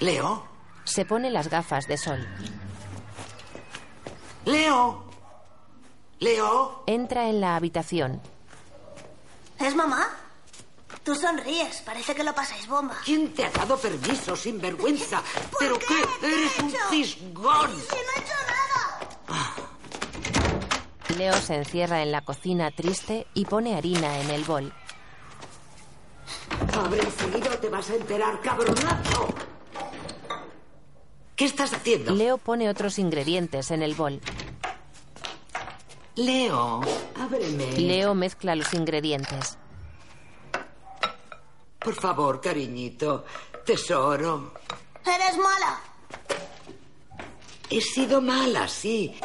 Speaker 2: ¿Leo?
Speaker 1: Se pone las gafas de sol.
Speaker 2: ¡Leo! ¡Leo!
Speaker 1: Entra en la habitación.
Speaker 7: ¿Es mamá? Tú sonríes, parece que lo pasáis bomba.
Speaker 2: ¿Quién te ha dado permiso, sinvergüenza? ¿Pero qué? ¡Eres un cisgón!
Speaker 7: ¡Si no he hecho nada!
Speaker 1: Leo se encierra en la cocina triste y pone harina en el bol.
Speaker 2: Abre enseguida o te vas a enterar, cabronazo. ¿Qué estás haciendo?
Speaker 1: Leo pone otros ingredientes en el bol.
Speaker 2: Leo, ábreme.
Speaker 1: Leo mezcla los ingredientes.
Speaker 2: Por favor, cariñito, tesoro.
Speaker 7: ¡Eres mala!
Speaker 2: He sido mala, sí,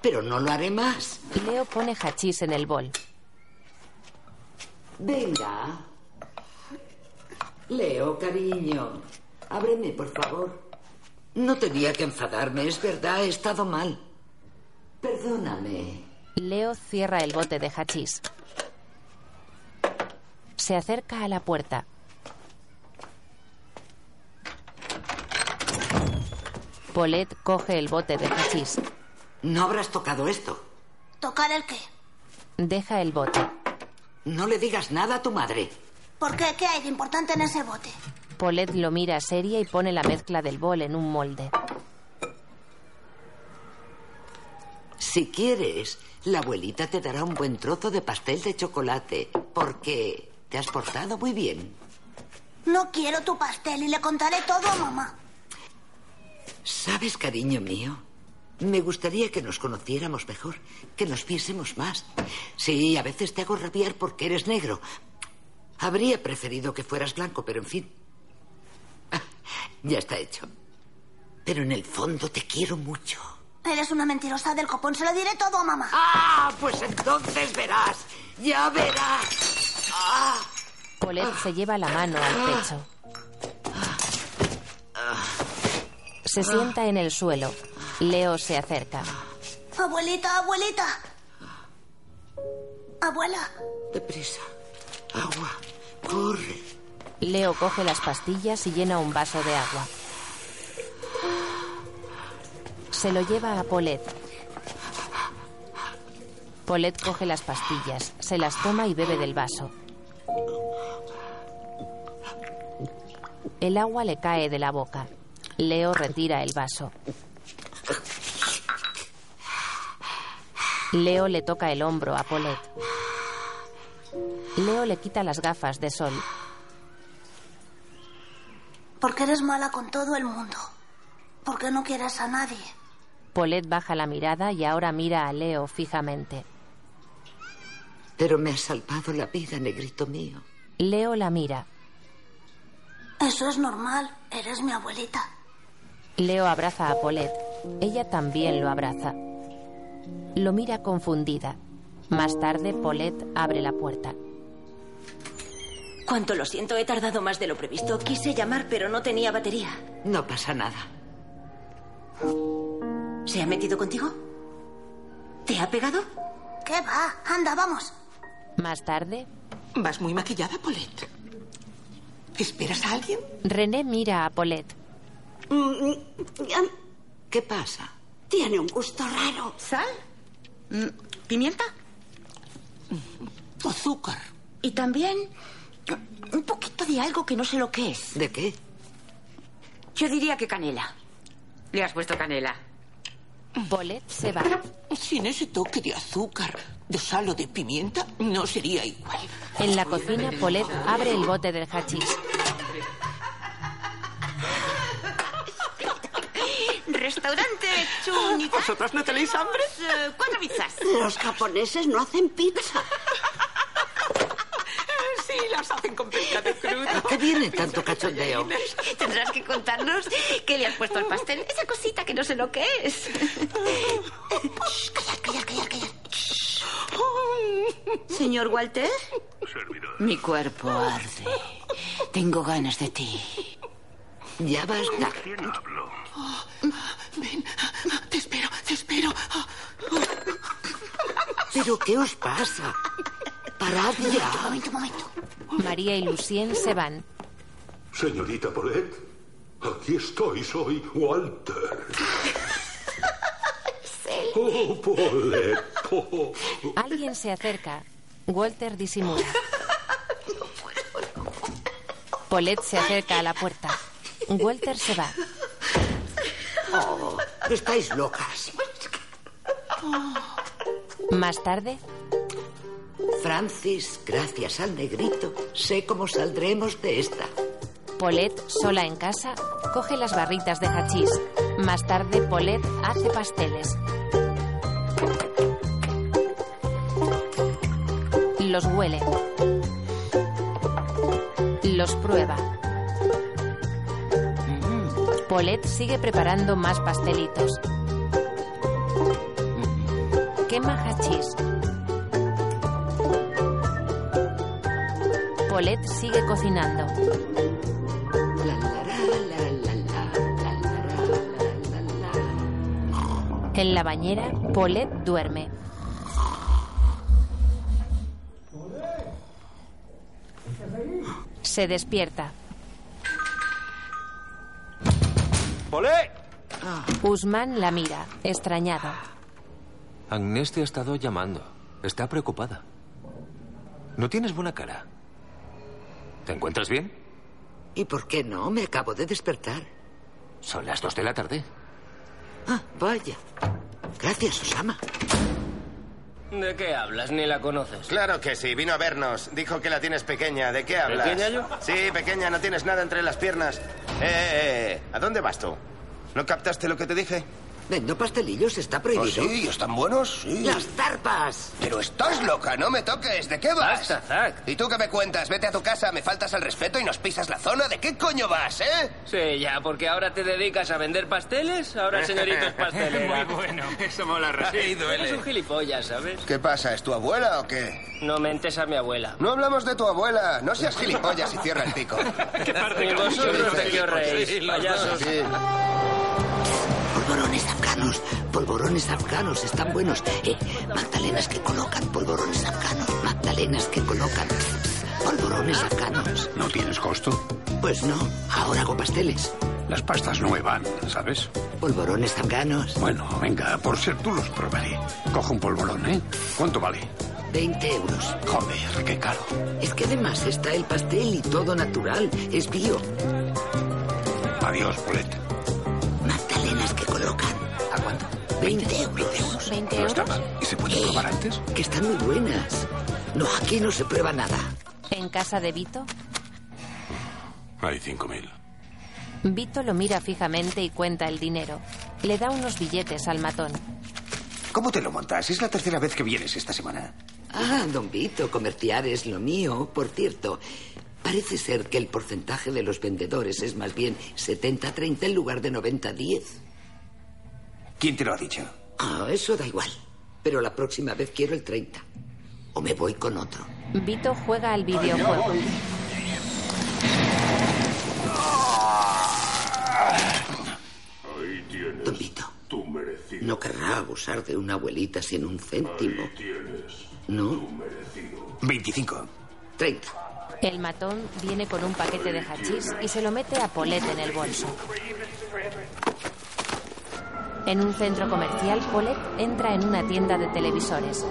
Speaker 2: pero no lo haré más.
Speaker 1: Leo pone hachís en el bol.
Speaker 2: Venga. Leo, cariño, ábreme, por favor. No tenía que enfadarme, es verdad, he estado mal. Perdóname.
Speaker 1: Leo cierra el bote de hachís. Se acerca a la puerta. Paulette coge el bote de hachís.
Speaker 2: No habrás tocado esto.
Speaker 7: ¿Tocar el qué?
Speaker 1: Deja el bote.
Speaker 2: No le digas nada a tu madre.
Speaker 7: ¿Por qué? ¿Qué hay de importante en ese bote?
Speaker 1: Paulette lo mira seria y pone la mezcla del bol en un molde.
Speaker 2: Si quieres, la abuelita te dará un buen trozo de pastel de chocolate, porque te has portado muy bien.
Speaker 7: No quiero tu pastel y le contaré todo a mamá.
Speaker 2: ¿Sabes, cariño mío? Me gustaría que nos conociéramos mejor, que nos viésemos más. Sí, a veces te hago rabiar porque eres negro. Habría preferido que fueras blanco, pero en fin. Ah, Ya está hecho. Pero en el fondo te quiero mucho.
Speaker 7: Eres una mentirosa del copón, se lo diré todo a mamá.
Speaker 2: Ah, pues entonces verás. Ya verás. Ah,
Speaker 1: Colette se lleva la mano al pecho. Se sienta en el suelo. Leo se acerca.
Speaker 7: Abuelita, abuelita. Abuela.
Speaker 2: Deprisa. Agua. Corre.
Speaker 1: Leo coge las pastillas y llena un vaso de agua. Se lo lleva a Paulette. Paulette coge las pastillas, se las toma y bebe del vaso. El agua le cae de la boca. Leo retira el vaso. Leo le toca el hombro a Paulette. Leo le quita las gafas de sol.
Speaker 7: Porque eres mala con todo el mundo. Porque no quieres a nadie.
Speaker 1: Paulette baja la mirada y ahora mira a Leo fijamente.
Speaker 2: Pero me has salvado la vida, negrito mío.
Speaker 1: Leo la mira.
Speaker 7: Eso es normal. Eres mi abuelita.
Speaker 1: Leo abraza a Paulette. Ella también lo abraza. Lo mira confundida. Más tarde, Paulette abre la puerta.
Speaker 7: Cuánto lo siento, he tardado más de lo previsto. Quise llamar, pero no tenía batería.
Speaker 2: No pasa nada.
Speaker 7: ¿Se ha metido contigo? ¿Te ha pegado? ¿Qué va? Anda, vamos.
Speaker 1: Más tarde,
Speaker 12: ¿Vas muy maquillada, Paulette? ¿Esperas a alguien?
Speaker 1: René mira a Paulette.
Speaker 16: Mm,
Speaker 2: ¿Qué pasa?
Speaker 16: Tiene un gusto raro. ¿Sal? Mm, ¿Pimienta?
Speaker 2: Azúcar.
Speaker 16: Y también mm, un poquito de algo que no sé lo que es.
Speaker 2: ¿De qué?
Speaker 16: Yo diría que canela. Le has puesto canela.
Speaker 1: Paulette se va.
Speaker 12: Sin ese este toque de azúcar, de sal o de pimienta, no sería igual.
Speaker 1: En la cocina, Paulette abre el bote del hachís.
Speaker 22: Restaurante Chunita.
Speaker 16: ¿Vosotras no tenéis hambre?
Speaker 22: Eh, Cuatro pizzas.
Speaker 16: Los japoneses no hacen pizza. sí, las hacen con pizza de crudo.
Speaker 2: ¿A qué viene tanto cachondeo?
Speaker 22: Tendrás que contarnos qué le has puesto al pastel. Esa cosita que no sé lo que es.
Speaker 16: Callar, callar, callar, callar. Señor Walter.
Speaker 22: Mi cuerpo arde. Tengo ganas de ti.
Speaker 2: Ya basta.
Speaker 12: Ven, te espero, te espero.
Speaker 2: ¿Pero qué os pasa? Parad ya.
Speaker 16: momento, momento.
Speaker 1: María y Lucien se van.
Speaker 11: Señorita Paulette, aquí estoy, soy Walter. Oh, Paulette. oh.
Speaker 1: Alguien se acerca. Walter disimula. Paulette se acerca a la puerta. Walter se va.
Speaker 2: Oh, estáis locas.
Speaker 1: Más tarde,
Speaker 2: Francis, gracias al negrito, sé cómo saldremos de esta.
Speaker 1: Paulette, sola en casa, coge las barritas de hachís. Más tarde, Paulette hace pasteles. Los huele. Los prueba. Paulette sigue preparando más pastelitos. Mm. Quema hachís. Paulette sigue cocinando. En la bañera, Paulette duerme. Se despierta.
Speaker 5: ¡Polé!
Speaker 1: Usman la mira, extrañado.
Speaker 5: Agnés te ha estado llamando. Está preocupada. No tienes buena cara. ¿Te encuentras bien?
Speaker 2: ¿Y por qué no? Me acabo de despertar.
Speaker 5: Son las dos de la tarde.
Speaker 2: Ah, vaya. Gracias, Osama.
Speaker 24: ¿De qué hablas? Ni la conoces.
Speaker 19: Claro que sí, vino a vernos. Dijo que la tienes pequeña. ¿De qué hablas?
Speaker 24: ¿Pequeña yo?
Speaker 19: Sí, pequeña, no tienes nada entre las piernas. Eh, eh, eh, ¿a dónde vas tú? ¿No captaste lo que te dije? ¿Ah,
Speaker 2: Vendo pastelillos, está prohibido.
Speaker 19: sí, están buenos, sí.
Speaker 2: ¡Las tarpas!
Speaker 19: Pero estás loca, no me toques. ¿De qué vas?
Speaker 24: Basta, Zack.
Speaker 19: ¿Y tú qué me cuentas? Vete a tu casa, me faltas al respeto y nos pisas la zona. ¿De qué coño vas, eh?
Speaker 24: Sí, ya, porque ahora te dedicas a vender pasteles, ahora el señorito es pastelera.
Speaker 6: Muy bueno. Eso mola,
Speaker 19: Sí,
Speaker 24: Eres un gilipollas, ¿sabes?
Speaker 19: ¿Qué pasa? ¿Es tu abuela o qué?
Speaker 24: No mentes a mi abuela.
Speaker 19: No hablamos de tu abuela. No seas gilipollas y cierra el pico.
Speaker 24: Y vosotros de qué os reís, payasos.
Speaker 19: Sí.
Speaker 2: Polvorones afganos, polvorones afganos, están buenos. Eh, magdalenas que colocan, polvorones afganos, magdalenas que colocan, polvorones afganos.
Speaker 26: ¿No tienes costo?
Speaker 2: Pues no, ahora hago pasteles.
Speaker 26: Las pastas no me van, ¿sabes?
Speaker 2: Polvorones afganos,
Speaker 26: Bueno, venga, por ser tú los probaré. Cojo un polvorón, ¿eh? ¿Cuánto vale?
Speaker 2: 20 euros.
Speaker 26: Joder, qué caro.
Speaker 2: Es que además está el pastel y todo natural, es bio.
Speaker 26: Adiós, Polet.
Speaker 2: Magdalenas que colocan. ¿A cuánto? 20 euros. Eh,
Speaker 1: 20
Speaker 26: No
Speaker 1: euros.
Speaker 26: está mal. ¿Y se puede probar antes?
Speaker 2: Que están muy buenas. No, aquí no se prueba nada.
Speaker 1: En casa de Vito,
Speaker 17: Hay 5.000.
Speaker 1: Vito lo mira fijamente y cuenta el dinero. Le da unos billetes al matón.
Speaker 9: ¿Cómo te lo montas? Es la tercera vez que vienes esta semana.
Speaker 2: Ah, don Vito, comerciar es lo mío. Por cierto, parece ser que el porcentaje de los vendedores es más bien 70-30 en lugar de 90-10.
Speaker 9: ¿Quién te lo ha dicho?
Speaker 2: Ah, eso da igual. Pero la próxima vez quiero el 30. O me voy con otro.
Speaker 1: Vito juega al videojuego.
Speaker 4: Ahí tienes
Speaker 2: Don Vito,
Speaker 4: tu merecido.
Speaker 2: no querrá abusar de una abuelita sin un céntimo.
Speaker 4: Ahí tienes.
Speaker 2: ¿No? 25. 30.
Speaker 1: El matón viene con un paquete de hachís y se lo mete a Polet en el bolso. En un centro comercial, Polet entra en una tienda de televisores.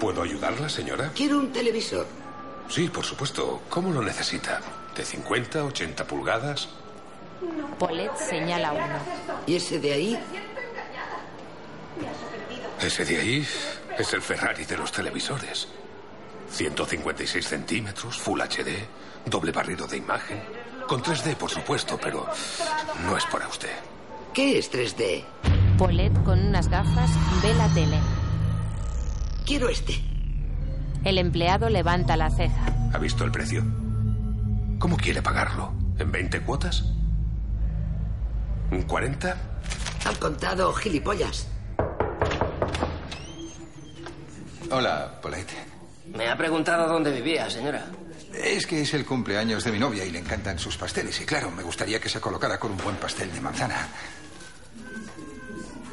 Speaker 4: ¿Puedo ayudarla, señora?
Speaker 2: Quiero un televisor.
Speaker 4: Sí, por supuesto. ¿Cómo lo necesita? ¿De 50, 80 pulgadas?
Speaker 1: Polet señala uno.
Speaker 2: ¿Y ese de ahí?
Speaker 4: Ese de ahí es el Ferrari de los televisores. 156 centímetros, Full HD, doble barrido de imagen. Con 3D, por supuesto, pero no es para usted.
Speaker 2: ¿Qué es 3D?
Speaker 1: Polet, con unas gafas, ve la tele.
Speaker 2: Quiero este.
Speaker 1: El empleado levanta la ceja.
Speaker 4: ¿Ha visto el precio? ¿Cómo quiere pagarlo? ¿En 20 cuotas? ¿En 40?
Speaker 2: Al contado, gilipollas.
Speaker 13: Hola, Paulette.
Speaker 8: Me ha preguntado dónde vivía, señora.
Speaker 13: Es que es el cumpleaños de mi novia y le encantan sus pasteles. Y claro, me gustaría que se colocara con un buen pastel de manzana.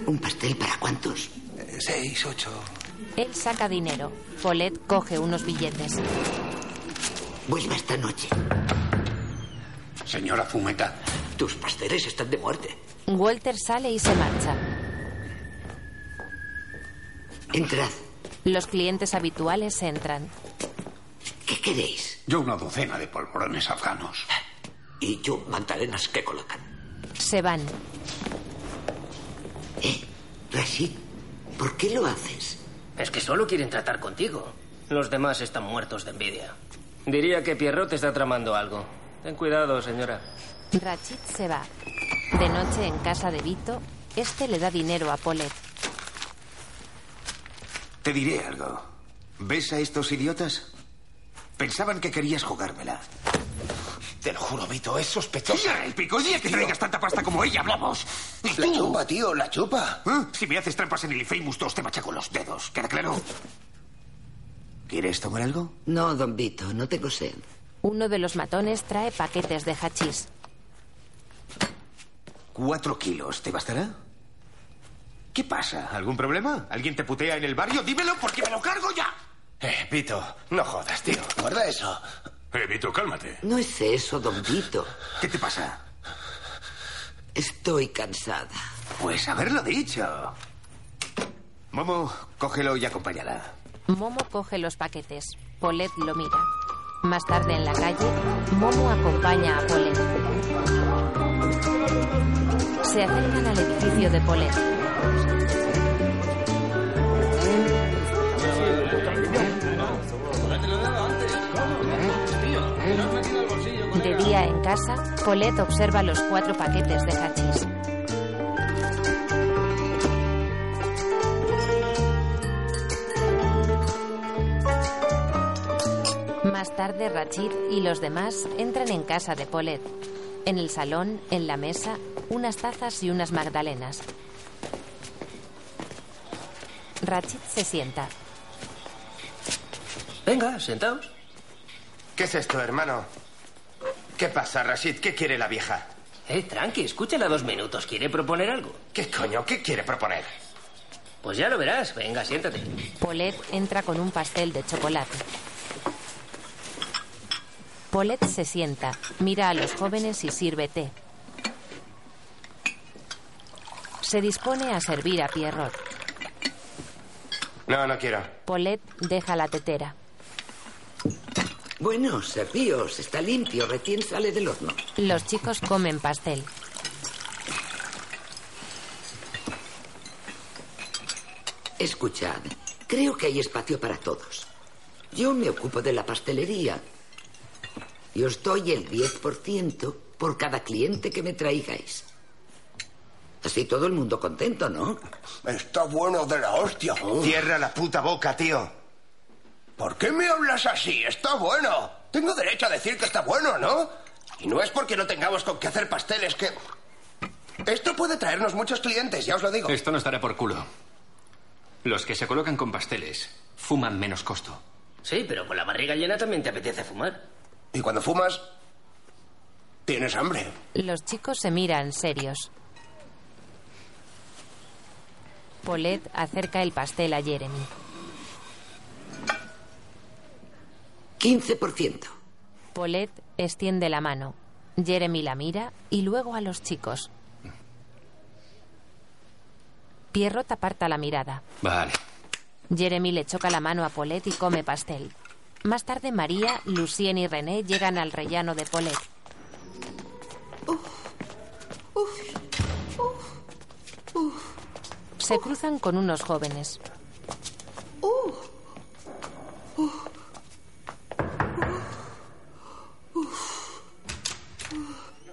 Speaker 2: ¿Un pastel para cuántos?
Speaker 13: Eh, seis, ocho.
Speaker 1: Él saca dinero. Polet coge unos billetes.
Speaker 2: Vuelva esta noche.
Speaker 4: Señora Fumeta.
Speaker 2: Tus pasteles están de muerte.
Speaker 1: Walter sale y se marcha.
Speaker 2: Entrad.
Speaker 1: Los clientes habituales entran.
Speaker 2: ¿Qué queréis?
Speaker 4: Yo una docena de polvorones afganos.
Speaker 2: Y yo magdalenas que colocan.
Speaker 1: Se van.
Speaker 2: Rashid, ¿por qué lo haces?
Speaker 8: Es que solo quieren tratar contigo. Los demás están muertos de envidia. Diría que Pierrot te está tramando algo. Ten cuidado, señora.
Speaker 1: Rachid se va. De noche en casa de Vito, este le da dinero a Polet.
Speaker 9: Te diré algo. ¿Ves a estos idiotas? Pensaban que querías jugármela.
Speaker 19: Te lo juro, Vito, es sospechoso.
Speaker 9: ¡Ya, el pico! ¡Ya que traigas tanta pasta como ella, hablamos! ¿Y
Speaker 19: La
Speaker 9: tú?
Speaker 19: chupa, tío, la chupa.
Speaker 9: ¿Eh? Si me haces trampas en el Infamous 2, te machaco los dedos. ¿Queda claro? ¿Quieres tomar algo?
Speaker 2: No, don Vito, no tengo sed.
Speaker 1: Uno de los matones trae paquetes de hachís.
Speaker 9: Cuatro kilos, ¿te bastará? ¿Qué pasa? ¿Algún problema? ¿Alguien te putea en el barrio? Dímelo porque me lo cargo ya.
Speaker 19: Eh, Vito, no jodas, tío. Guarda eso.
Speaker 4: Eh, Vito, cálmate.
Speaker 2: No es eso, don Vito.
Speaker 9: ¿Qué te pasa?
Speaker 2: Estoy cansada.
Speaker 9: Pues haberlo dicho. Momo, cógelo y acompáñala.
Speaker 1: Momo coge los paquetes. Polet lo mira. Más tarde en la calle, Momo acompaña a Polet. Se acercan al edificio de Polet. De día en casa, Polet observa los cuatro paquetes de hachís. Más tarde, Rachid y los demás entran en casa de Polet. En el salón, en la mesa, unas tazas y unas magdalenas. Rachid se sienta.
Speaker 8: Venga, sentaos.
Speaker 19: ¿Qué es esto, hermano? ¿Qué pasa, Rashid? ¿Qué quiere la vieja?
Speaker 8: Eh, tranqui, escúchala dos minutos. ¿Quiere proponer algo?
Speaker 19: ¿Qué coño? ¿Qué quiere proponer?
Speaker 8: Pues ya lo verás. Venga, siéntate.
Speaker 1: Polet entra con un pastel de chocolate. Polet se sienta, mira a los jóvenes y sirve té. Se dispone a servir a Pierrot.
Speaker 19: No, no quiero.
Speaker 1: Polet deja la tetera.
Speaker 2: Bueno, servíos, está limpio, recién sale del horno.
Speaker 1: Los chicos comen pastel.
Speaker 2: Escuchad, creo que hay espacio para todos. Yo me ocupo de la pastelería. Y os doy el 10% por cada cliente que me traigáis. Así todo el mundo contento, ¿no?
Speaker 27: Está bueno de la hostia.
Speaker 19: Cierra la puta boca, tío.
Speaker 27: ¿Por qué me hablas así? Está bueno. Tengo derecho a decir que está bueno, ¿no?
Speaker 19: Y no es porque no tengamos con qué hacer pasteles, que... Esto puede traernos muchos clientes, ya os lo digo.
Speaker 9: Esto no estará por culo. Los que se colocan con pasteles fuman menos costo.
Speaker 28: Sí, pero con la barriga llena también te apetece fumar.
Speaker 19: Y cuando fumas, tienes hambre.
Speaker 1: Los chicos se miran serios. Paulette acerca el pastel a Jeremy.
Speaker 2: 15%.
Speaker 1: Paulette extiende la mano. Jeremy la mira y luego a los chicos. Pierrot aparta la mirada.
Speaker 9: Vale.
Speaker 1: Jeremy le choca la mano a Paulette y come pastel. Más tarde, María, Lucien y René llegan al rellano de Paulette. Se cruzan con unos jóvenes.
Speaker 2: Uh.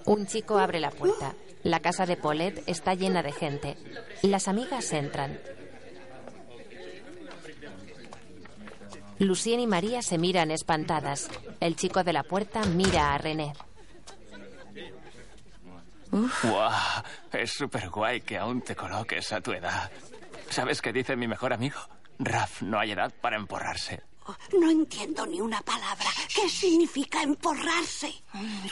Speaker 1: Un chico abre la puerta. La casa de Paulette está llena de gente. Las amigas entran. Lucien y María se miran espantadas. El chico de la puerta mira a René.
Speaker 8: ¡Guau! Es súper guay que aún te coloques a tu edad. ¿Sabes qué dice mi mejor amigo? Raf, no hay edad para emporrarse.
Speaker 29: No entiendo ni una palabra. ¿Qué significa emporrarse?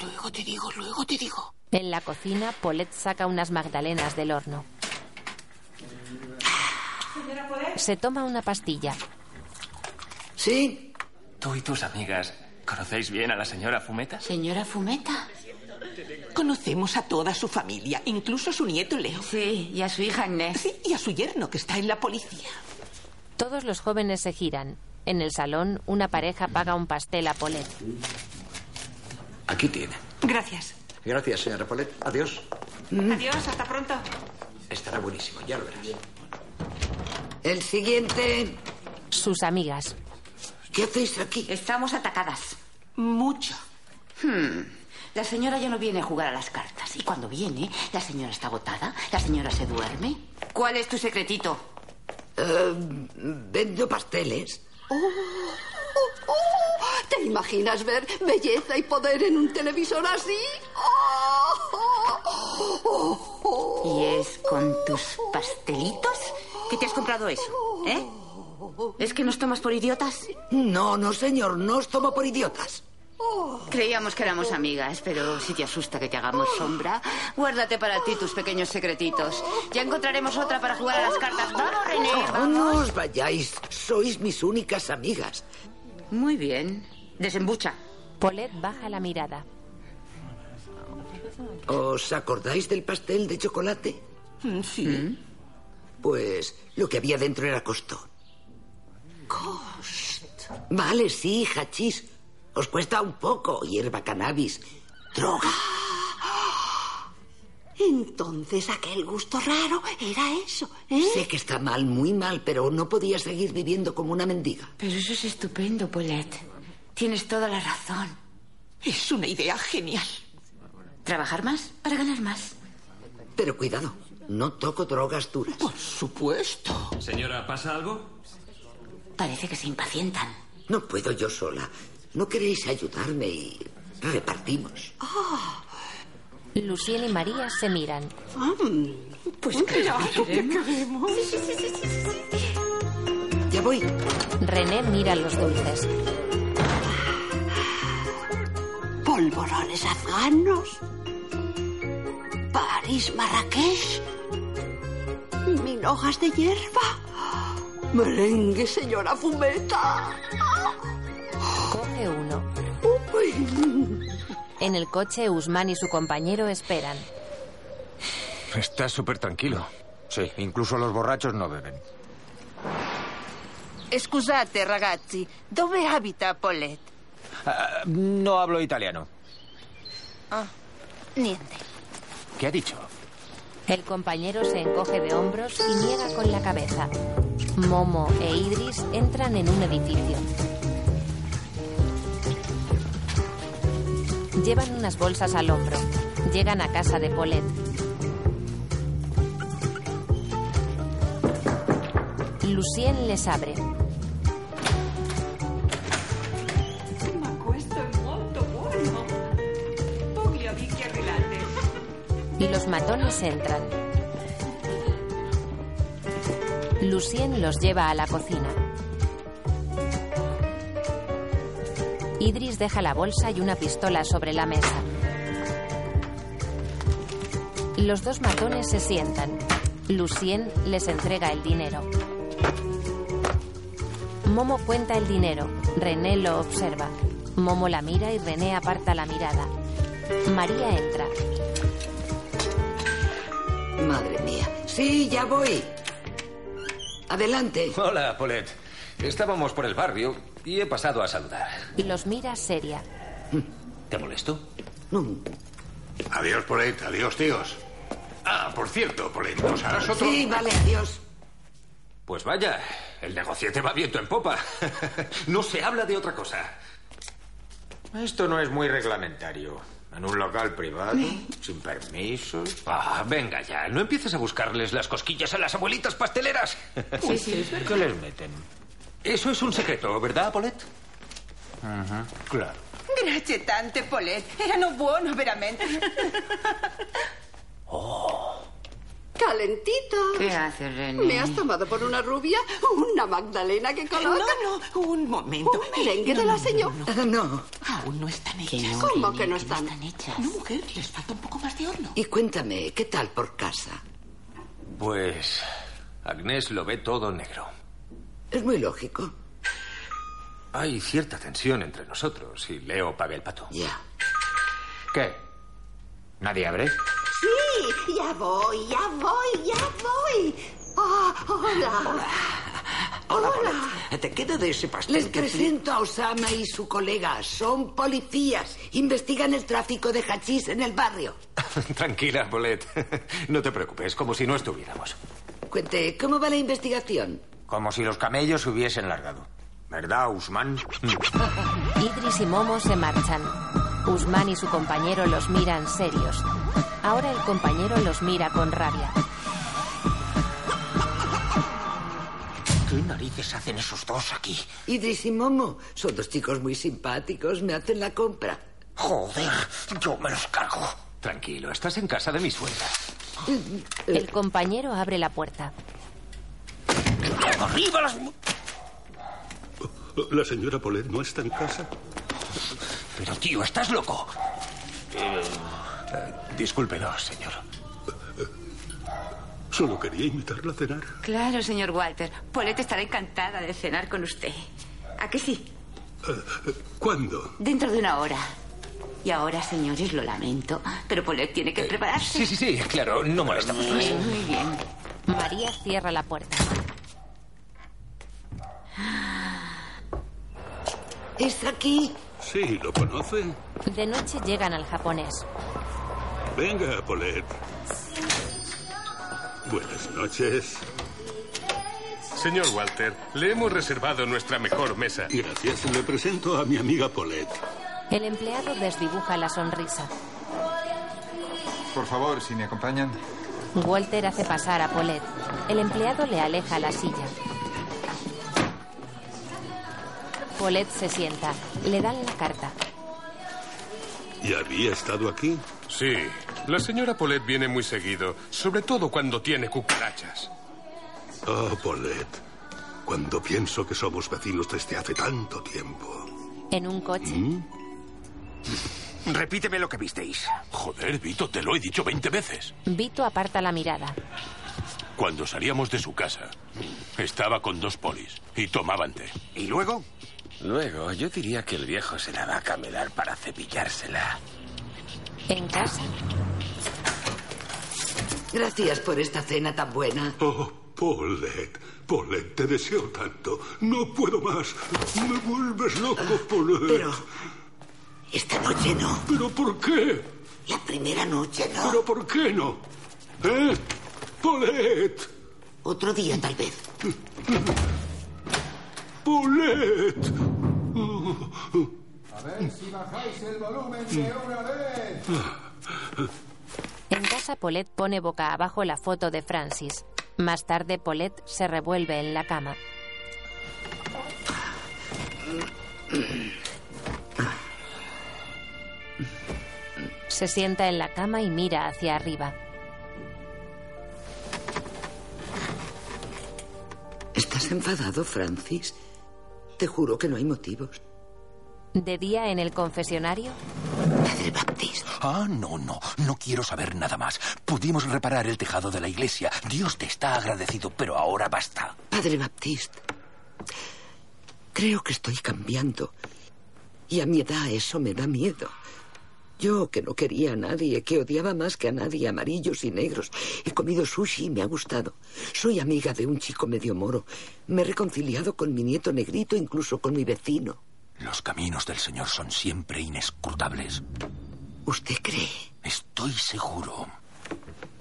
Speaker 29: Luego te digo, luego te digo.
Speaker 1: En la cocina, Paulette saca unas magdalenas del horno. Se toma una pastilla.
Speaker 2: Sí.
Speaker 8: Tú y tus amigas, ¿conocéis bien a la señora Fumetas?
Speaker 29: Señora Fumeta. Conocemos a toda su familia, incluso a su nieto Leo. Sí, y a su hija Inés. Sí, y a su yerno que está en la policía.
Speaker 1: Todos los jóvenes se giran. En el salón, una pareja paga un pastel a Paulette.
Speaker 30: Aquí tiene.
Speaker 29: Gracias.
Speaker 30: Gracias, señora Polet. Adiós.
Speaker 2: Mm.
Speaker 29: Adiós, hasta pronto.
Speaker 30: Estará buenísimo, ya lo verás.
Speaker 2: El siguiente.
Speaker 1: Sus amigas.
Speaker 2: ¿Qué hacéis aquí?
Speaker 16: Estamos atacadas.
Speaker 29: Mucho.
Speaker 16: Hmm. La señora ya no viene a jugar a las cartas. Y cuando viene, la señora está agotada, la señora se duerme. ¿Cuál es tu secretito?
Speaker 2: Eh, vendo pasteles.
Speaker 29: Oh, oh, oh. ¿Te imaginas ver belleza y poder en un televisor así? Oh, oh, oh.
Speaker 16: ¿Y es con tus pastelitos que te has comprado eso? ¿Eh? ¿Es que nos tomas por idiotas?
Speaker 2: No, no, señor, no os tomo por idiotas.
Speaker 16: Creíamos que éramos amigas, pero si te asusta que te hagamos sombra, guárdate para ti tus pequeños secretitos. Ya encontraremos otra para jugar a las cartas. Vamos, René,
Speaker 2: No, no os vayáis. Sois mis únicas amigas.
Speaker 16: Muy bien. Desembucha.
Speaker 1: Paulette baja la mirada.
Speaker 2: ¿Os acordáis del pastel de chocolate? Mm.
Speaker 29: Sí.
Speaker 2: Pues lo que había dentro era costo. Vale, sí, hachís. Os cuesta un poco. Hierba cannabis. Droga.
Speaker 29: Entonces aquel gusto raro era eso, ¿eh?
Speaker 2: Sé que está mal, muy mal, pero no podía seguir viviendo como una mendiga.
Speaker 16: Pero eso es estupendo, Paulette. Tienes toda la razón.
Speaker 29: Es una idea genial.
Speaker 16: ¿Trabajar más para ganar más?
Speaker 2: Pero cuidado, no toco drogas duras. Por
Speaker 29: supuesto.
Speaker 9: Señora, ¿pasa algo?
Speaker 16: Parece que se impacientan.
Speaker 2: No puedo yo sola. ¿No queréis ayudarme y repartimos?
Speaker 1: Lucien y María se miran.
Speaker 29: pues claro que
Speaker 1: queremos.
Speaker 2: Ya voy.
Speaker 1: René mira los dulces.
Speaker 29: Polvorones afganos. París, Marrakech. Mil hojas de hierba. Merengue, señora Fumeta.
Speaker 1: Coge uno. En el coche, Usman y su compañero esperan.
Speaker 5: Está súper tranquilo. Sí, incluso los borrachos no beben.
Speaker 12: Scusate, ragazzi, dove abita Paulette?
Speaker 8: Ah,
Speaker 5: no hablo italiano.
Speaker 12: Ah, niente.
Speaker 5: ¿Qué ha dicho?
Speaker 1: El compañero se encoge de hombros y niega con la cabeza. Momo e Idris entran en un edificio. Llevan unas bolsas al hombro. Llegan a casa de Paulette. Lucien les abre.
Speaker 31: Ma questo è molto buono. Pochi
Speaker 1: y los matones entran. Lucien los lleva a la cocina. Idris deja la bolsa y una pistola sobre la mesa. Los dos matones se sientan. Lucien les entrega el dinero. Momo cuenta el dinero. René lo observa. Momo la mira y René aparta la mirada. María entra.
Speaker 2: Madre mía. Sí, ya voy. Adelante.
Speaker 5: Hola, Paulette. Estábamos por el barrio y he pasado a saludar.
Speaker 1: Los mira seria.
Speaker 5: ¿Te molesto?
Speaker 18: Adiós, Polet. Adiós, tíos. Ah, por cierto, Polet, ¿nos harás otro?
Speaker 2: Sí, vale, adiós.
Speaker 5: Pues vaya, el negociete va viento en popa. no se habla de otra cosa.
Speaker 4: Esto no es muy reglamentario. En un local privado, sin permisos.
Speaker 5: Ah, venga ya, no empieces a buscarles las cosquillas a las abuelitas pasteleras.
Speaker 4: Sí, sí, es verdad.
Speaker 5: ¿Qué les meten? Eso es un secreto, ¿verdad, Paulette?
Speaker 4: Claro.
Speaker 20: Grazie tante, Polet. Erano buono, veramente.
Speaker 16: Calentito.
Speaker 22: ¿Qué haces, René?
Speaker 16: ¿Me has tomado por una rubia? ¿Una magdalena que coloca?
Speaker 12: No, no, un momento.
Speaker 16: ¿Un merengue de la señora?
Speaker 2: No,
Speaker 12: Aún no están hechas.
Speaker 16: ¿Cómo que no están?
Speaker 12: No, mujer, les falta un poco más de horno.
Speaker 2: Y cuéntame, ¿qué tal por casa?
Speaker 5: Pues Agnés lo ve todo negro.
Speaker 2: Es muy lógico.
Speaker 5: Hay cierta tensión entre nosotros y Leo paga el pato.
Speaker 2: Ya.
Speaker 4: ¿Qué? ¿Nadie abre?
Speaker 16: Sí, ya voy, ya voy, ya voy. Ah, hola.
Speaker 2: Hola, Paulette. Te queda de ese pastel. Les
Speaker 16: que te-
Speaker 2: presento a Osama y su colega. Son policías. Investigan el tráfico de hachís en el barrio.
Speaker 5: Tranquila, Paulette. no te preocupes, como si no estuviéramos.
Speaker 2: Cuente, ¿cómo va la investigación?
Speaker 4: Como si los camellos se hubiesen largado. ¿Verdad, Usman?
Speaker 2: Mm.
Speaker 1: Idris y Momo se marchan. Usman y su compañero los miran serios. Ahora el compañero los mira con rabia.
Speaker 4: ¿Qué narices hacen esos dos aquí?
Speaker 2: Idris y Momo son dos chicos muy simpáticos. Me hacen la compra.
Speaker 4: Joder, yo me los cargo.
Speaker 5: Tranquilo, estás en casa de mi suegra.
Speaker 1: El compañero abre la puerta.
Speaker 4: ¡Arriba las...
Speaker 11: ¿La señora Polet no está en casa?
Speaker 5: Pero, tío, estás loco. discúlpenos, señor.
Speaker 11: Solo quería invitarla a cenar.
Speaker 22: Claro, señor Walter. Polet estará encantada de cenar con usted. ¿A que sí?
Speaker 11: Eh, ¿Cuándo?
Speaker 22: Dentro de una hora. Y ahora, señores, lo lamento, pero Polet tiene que prepararse.
Speaker 5: Sí, sí, sí, claro, no molestamos más.
Speaker 22: Bien, muy bien.
Speaker 1: María cierra la puerta.
Speaker 2: ¿Es aquí?
Speaker 11: Sí, ¿lo conoce?
Speaker 1: De noche llegan al japonés.
Speaker 11: Venga, Polet. Buenas noches.
Speaker 21: Señor Walter, le hemos reservado nuestra mejor mesa.
Speaker 11: Gracias. Le presento a mi amiga Polet.
Speaker 1: El empleado desdibuja la sonrisa.
Speaker 13: Por favor, si me acompañan.
Speaker 1: Walter hace pasar a Paulette. El empleado le aleja la silla. Paulette se sienta. Le dan la carta.
Speaker 11: ¿Y había estado aquí?
Speaker 21: Sí, la señora Paulette viene muy seguido, sobre todo cuando tiene cucarachas.
Speaker 11: Ah, Paulette. Cuando pienso que somos vecinos desde hace tanto tiempo.
Speaker 1: En un coche.
Speaker 4: Repíteme lo que visteis.
Speaker 21: Joder, Vito, te lo he dicho 20 veces.
Speaker 1: Vito aparta la mirada.
Speaker 21: Cuando salíamos de su casa, estaba con dos polis y tomaban té.
Speaker 4: ¿Y luego?
Speaker 6: Luego, yo diría que el viejo se la va a camelar para cepillársela.
Speaker 1: En casa.
Speaker 2: Gracias por esta cena tan buena.
Speaker 11: Oh, Paulette. Paulette, te deseo tanto. No puedo más. Me vuelves loco, Paulette. Pero...
Speaker 2: Esta noche no.
Speaker 11: ¿Pero por qué?
Speaker 2: La primera noche no.
Speaker 11: ¿Pero por qué no? ¿Eh? Paulette.
Speaker 2: Otro día tal vez.
Speaker 11: Paulette.
Speaker 13: A ver si bajáis el volumen de una vez.
Speaker 1: En casa, Paulette pone boca abajo la foto de Francis. Más tarde, Paulette se revuelve en la cama. Se sienta en la cama y mira hacia arriba.
Speaker 2: ¿Estás enfadado, Francis? Te juro que no hay motivos.
Speaker 1: De día en el confesionario,
Speaker 3: Ah, no, no, no quiero saber nada más. Pudimos reparar el tejado de la iglesia. Dios te está agradecido, pero ahora basta.
Speaker 2: Padre Baptiste, creo que estoy cambiando. Y a mi edad eso me da miedo. Yo, que no quería a nadie, que odiaba más que a nadie amarillos y negros, he comido sushi y me ha gustado. Soy amiga de un chico medio moro. Me he reconciliado con mi nieto negrito, incluso con mi vecino.
Speaker 3: Los caminos del Señor son siempre inescrutables.
Speaker 2: ¿Usted cree?
Speaker 3: Estoy seguro.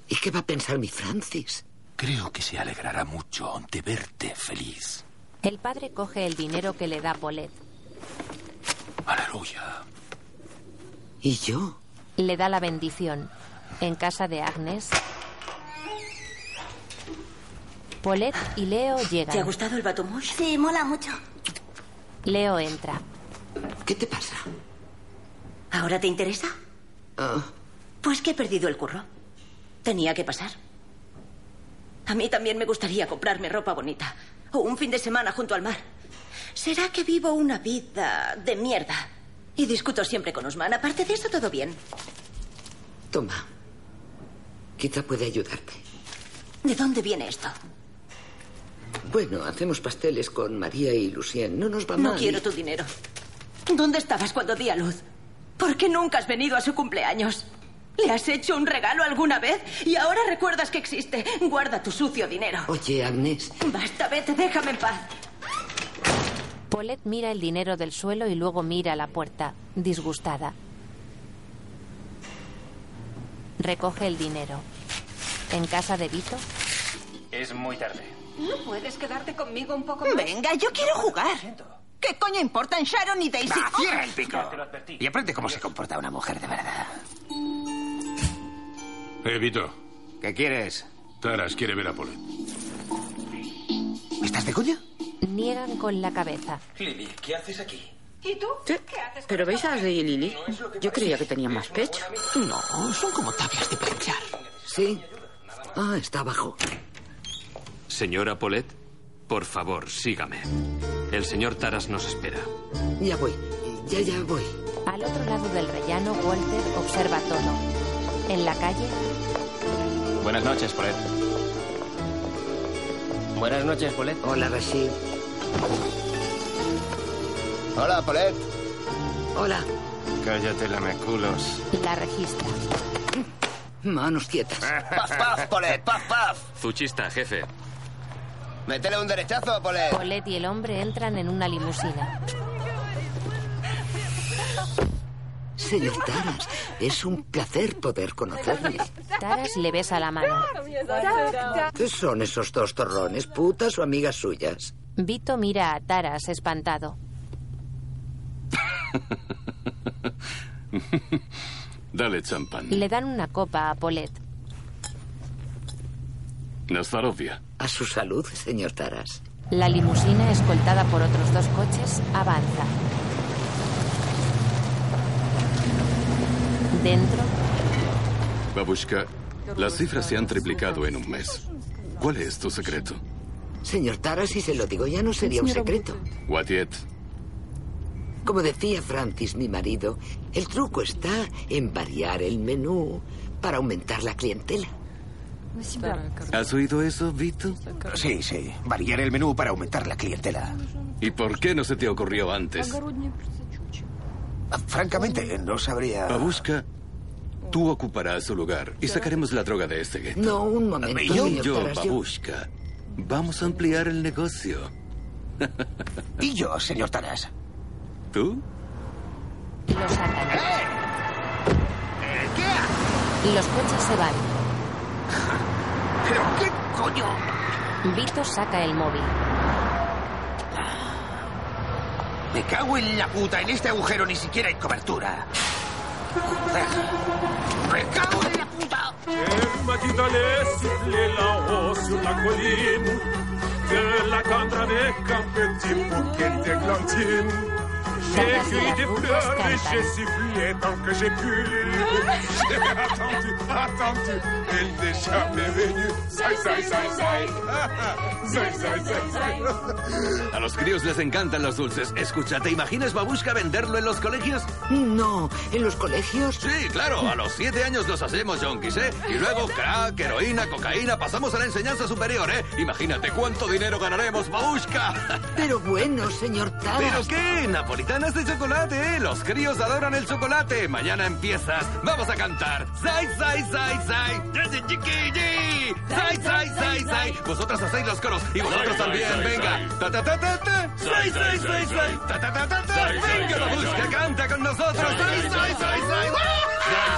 Speaker 2: ¿Y qué va a pensar mi Francis?
Speaker 3: Creo que se alegrará mucho de verte feliz.
Speaker 1: el padre coge el dinero que le da Paulette.
Speaker 3: Aleluya.
Speaker 2: ¿Y yo?
Speaker 1: Le da la bendición. En casa de Agnes. Paulette y Leo llegan.
Speaker 16: ¿Te ha gustado el batomush? Sí, mola mucho.
Speaker 1: Leo entra.
Speaker 2: ¿Qué te pasa?
Speaker 16: ¿Ahora te interesa?
Speaker 2: Ah.
Speaker 16: Pues que he perdido el curro. Tenía que pasar. A mí también me gustaría comprarme ropa bonita. O un fin de semana junto al mar. ¿Será que vivo una vida de mierda? Y discuto siempre con Osman. Aparte de eso, todo bien.
Speaker 2: Toma. Quizá puede ayudarte.
Speaker 16: ¿De dónde viene esto?
Speaker 2: Bueno, hacemos pasteles con María y Lucien. No nos va
Speaker 16: No
Speaker 2: mal.
Speaker 16: quiero tu dinero. ¿Dónde estabas cuando di a luz? ¿Por qué nunca has venido a su cumpleaños? ¿Le has hecho un regalo alguna vez? Y ahora recuerdas que existe. Guarda tu sucio dinero.
Speaker 2: Oye, Agnes.
Speaker 16: Basta, vete, déjame en paz.
Speaker 1: Paulette mira el dinero del suelo y luego mira la puerta, disgustada. Recoge el dinero. En casa de Vito,
Speaker 24: Es muy tarde.
Speaker 22: ¿No puedes quedarte conmigo un poco
Speaker 20: Venga, yo quiero jugar. ¿Qué coño importan Sharon y Daisy?
Speaker 9: Va, ¡Ah, cierra el pico. Y aprende cómo se comporta una mujer de verdad.
Speaker 21: Eh, Vito.
Speaker 9: ¿Qué quieres?
Speaker 21: Taras quiere ver a Polet.
Speaker 9: ¿Estás de coña?
Speaker 1: niegan con la cabeza.
Speaker 9: Lily, ¿qué haces aquí?
Speaker 22: ¿Y tú? ¿Qué haces?
Speaker 7: Pero veis a Ashley y Lily. Yo creía que tenían más pecho.
Speaker 2: No, son como tablas de planchar. Sí. Ah, está abajo.
Speaker 25: Señora Polet, por favor, sígame. El señor Taras nos espera.
Speaker 2: Ya voy. Ya, ya voy.
Speaker 1: Al otro lado del rellano, Walter observa todo. En la calle,
Speaker 23: Buenas noches, Paulette.
Speaker 24: Buenas noches, Paulette.
Speaker 2: Hola, Rashid.
Speaker 19: Hola, Paulette.
Speaker 2: Hola.
Speaker 19: Cállate, lameculos.
Speaker 1: la registra.
Speaker 2: Manos quietas.
Speaker 19: Paf, paf, Polet, Eh, paf, paf.
Speaker 25: Zuchista, jefe.
Speaker 19: Métele un derechazo, Polet.
Speaker 1: Paulette y el hombre entran en una limusina.
Speaker 2: Señor Taras, es un placer poder conocerle.
Speaker 1: Taras le besa la mano.
Speaker 2: ¿Qué son esos dos torrones, putas o amigas suyas?
Speaker 1: Vito mira a Taras espantado.
Speaker 21: Dale champán.
Speaker 1: Le dan una copa a Paulette.
Speaker 21: Nazarovia.
Speaker 2: A su salud, señor Taras.
Speaker 1: La limusina, escoltada por otros dos coches, avanza. Dentro,
Speaker 21: Babushka, las cifras se han triplicado en un mes. ¿Cuál es tu secreto?
Speaker 2: Señor Taras, si se lo digo ya no sería un secreto.
Speaker 21: Watiet.
Speaker 2: Como decía Francis, mi marido, el truco está en variar el menú para aumentar la clientela.
Speaker 21: ¿Has oído eso, Vito?
Speaker 9: Sí, sí. Variar el menú para aumentar la clientela.
Speaker 21: ¿Y por qué no se te ocurrió antes?
Speaker 9: Francamente, no sabría.
Speaker 21: Babushka, Ah, tú ocuparás su lugar y sacaremos la droga de este gueto.
Speaker 2: No, un momento.
Speaker 21: Y yo,
Speaker 2: señor Taras,
Speaker 21: Babushka, vamos a ampliar el negocio.
Speaker 9: ¿Y yo, señor Taras?
Speaker 21: ¿Tú?
Speaker 1: lo sacan.
Speaker 9: Eh,
Speaker 1: Los coches se van.
Speaker 9: ¿Pero qué coño?
Speaker 1: Vito saca el móvil.
Speaker 9: Me cago en la puta. En este agujero ni siquiera hay cobertura. Me cago en la puta.
Speaker 29: Pierre Magdalene sifflait là-haut sur la colline de la Candrane campait petit bouquet d'églantine. J'ai cueilli des fleurs et j'ai sifflé tant que j'ai pu. J'ai attendu, attendu, elle n'est jamais venue. Zay, zay, zay, zay. Zay, zay, zay, zay.
Speaker 9: A los críos les encantan los dulces. Escucha, ¿te imaginas Babushka venderlo en los colegios?
Speaker 2: No, en los colegios.
Speaker 9: Sí, claro, a los siete años nos hacemos yonkis, ¿eh? Y luego crack, heroína, cocaína, pasamos a la enseñanza superior, ¿eh? Imagínate cuánto dinero ganaremos, Babushka.
Speaker 2: Pero bueno, señor Tabas.
Speaker 9: ¿Pero qué? Napolitanas de chocolate, ¿eh? Los críos adoran el chocolate. Mañana empiezas. Vamos a cantar. ¡Zay, zay, zay, zay! ¡Desde chiquilli! ¡Zay, zay, zay, zay! Vosotras hacéis los coros y vosotros
Speaker 4: Zay, zay,
Speaker 9: también.
Speaker 4: zay,
Speaker 9: Venga.
Speaker 4: zay.
Speaker 9: ¡Ta, ta, ta, ta, ta! ¡Zay, zay, zay, zay! ¡Ta, ta, ta, ta, ta!
Speaker 4: Zay, zay,
Speaker 9: ¡Venga,
Speaker 4: zay,
Speaker 9: Babushka,
Speaker 4: zay.
Speaker 9: canta con nosotros! ¡Zay, zay, zay, zay! ¡Ah!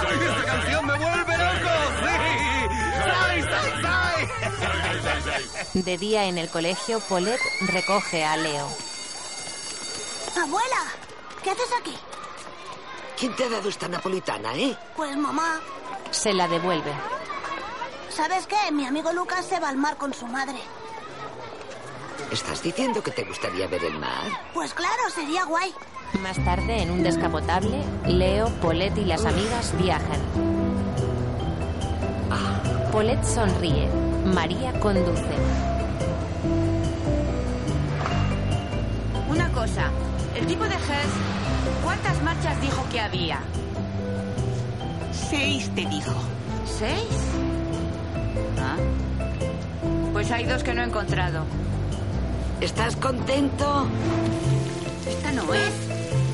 Speaker 4: Zay, zay,
Speaker 9: ¡Esta
Speaker 4: zay,
Speaker 9: canción me vuelve loco! ¡Sí! ¡Zay, zay, zay!
Speaker 1: De día en el colegio, Paulette recoge a Leo.
Speaker 7: Abuela, ¿qué haces aquí?
Speaker 2: ¿Quién te ha dado esta napolitana, eh?
Speaker 7: Pues mamá,
Speaker 1: Se la devuelve.
Speaker 7: ¿sabes qué? Mi amigo Lucas se va al mar con su madre.
Speaker 2: ¿Estás diciendo que te gustaría ver el mar?
Speaker 7: Pues claro, sería guay.
Speaker 1: Más tarde, en un descapotable, Leo, Paulette y las amigas viajan. Paulette sonríe. María conduce.
Speaker 16: Una cosa, el tipo de Hess, ¿cuántas marchas dijo que había?
Speaker 32: Seis te dijo.
Speaker 16: ¿Seis? Ah. Pues hay dos que no he encontrado.
Speaker 2: ¿Estás contento?
Speaker 16: Esta no es.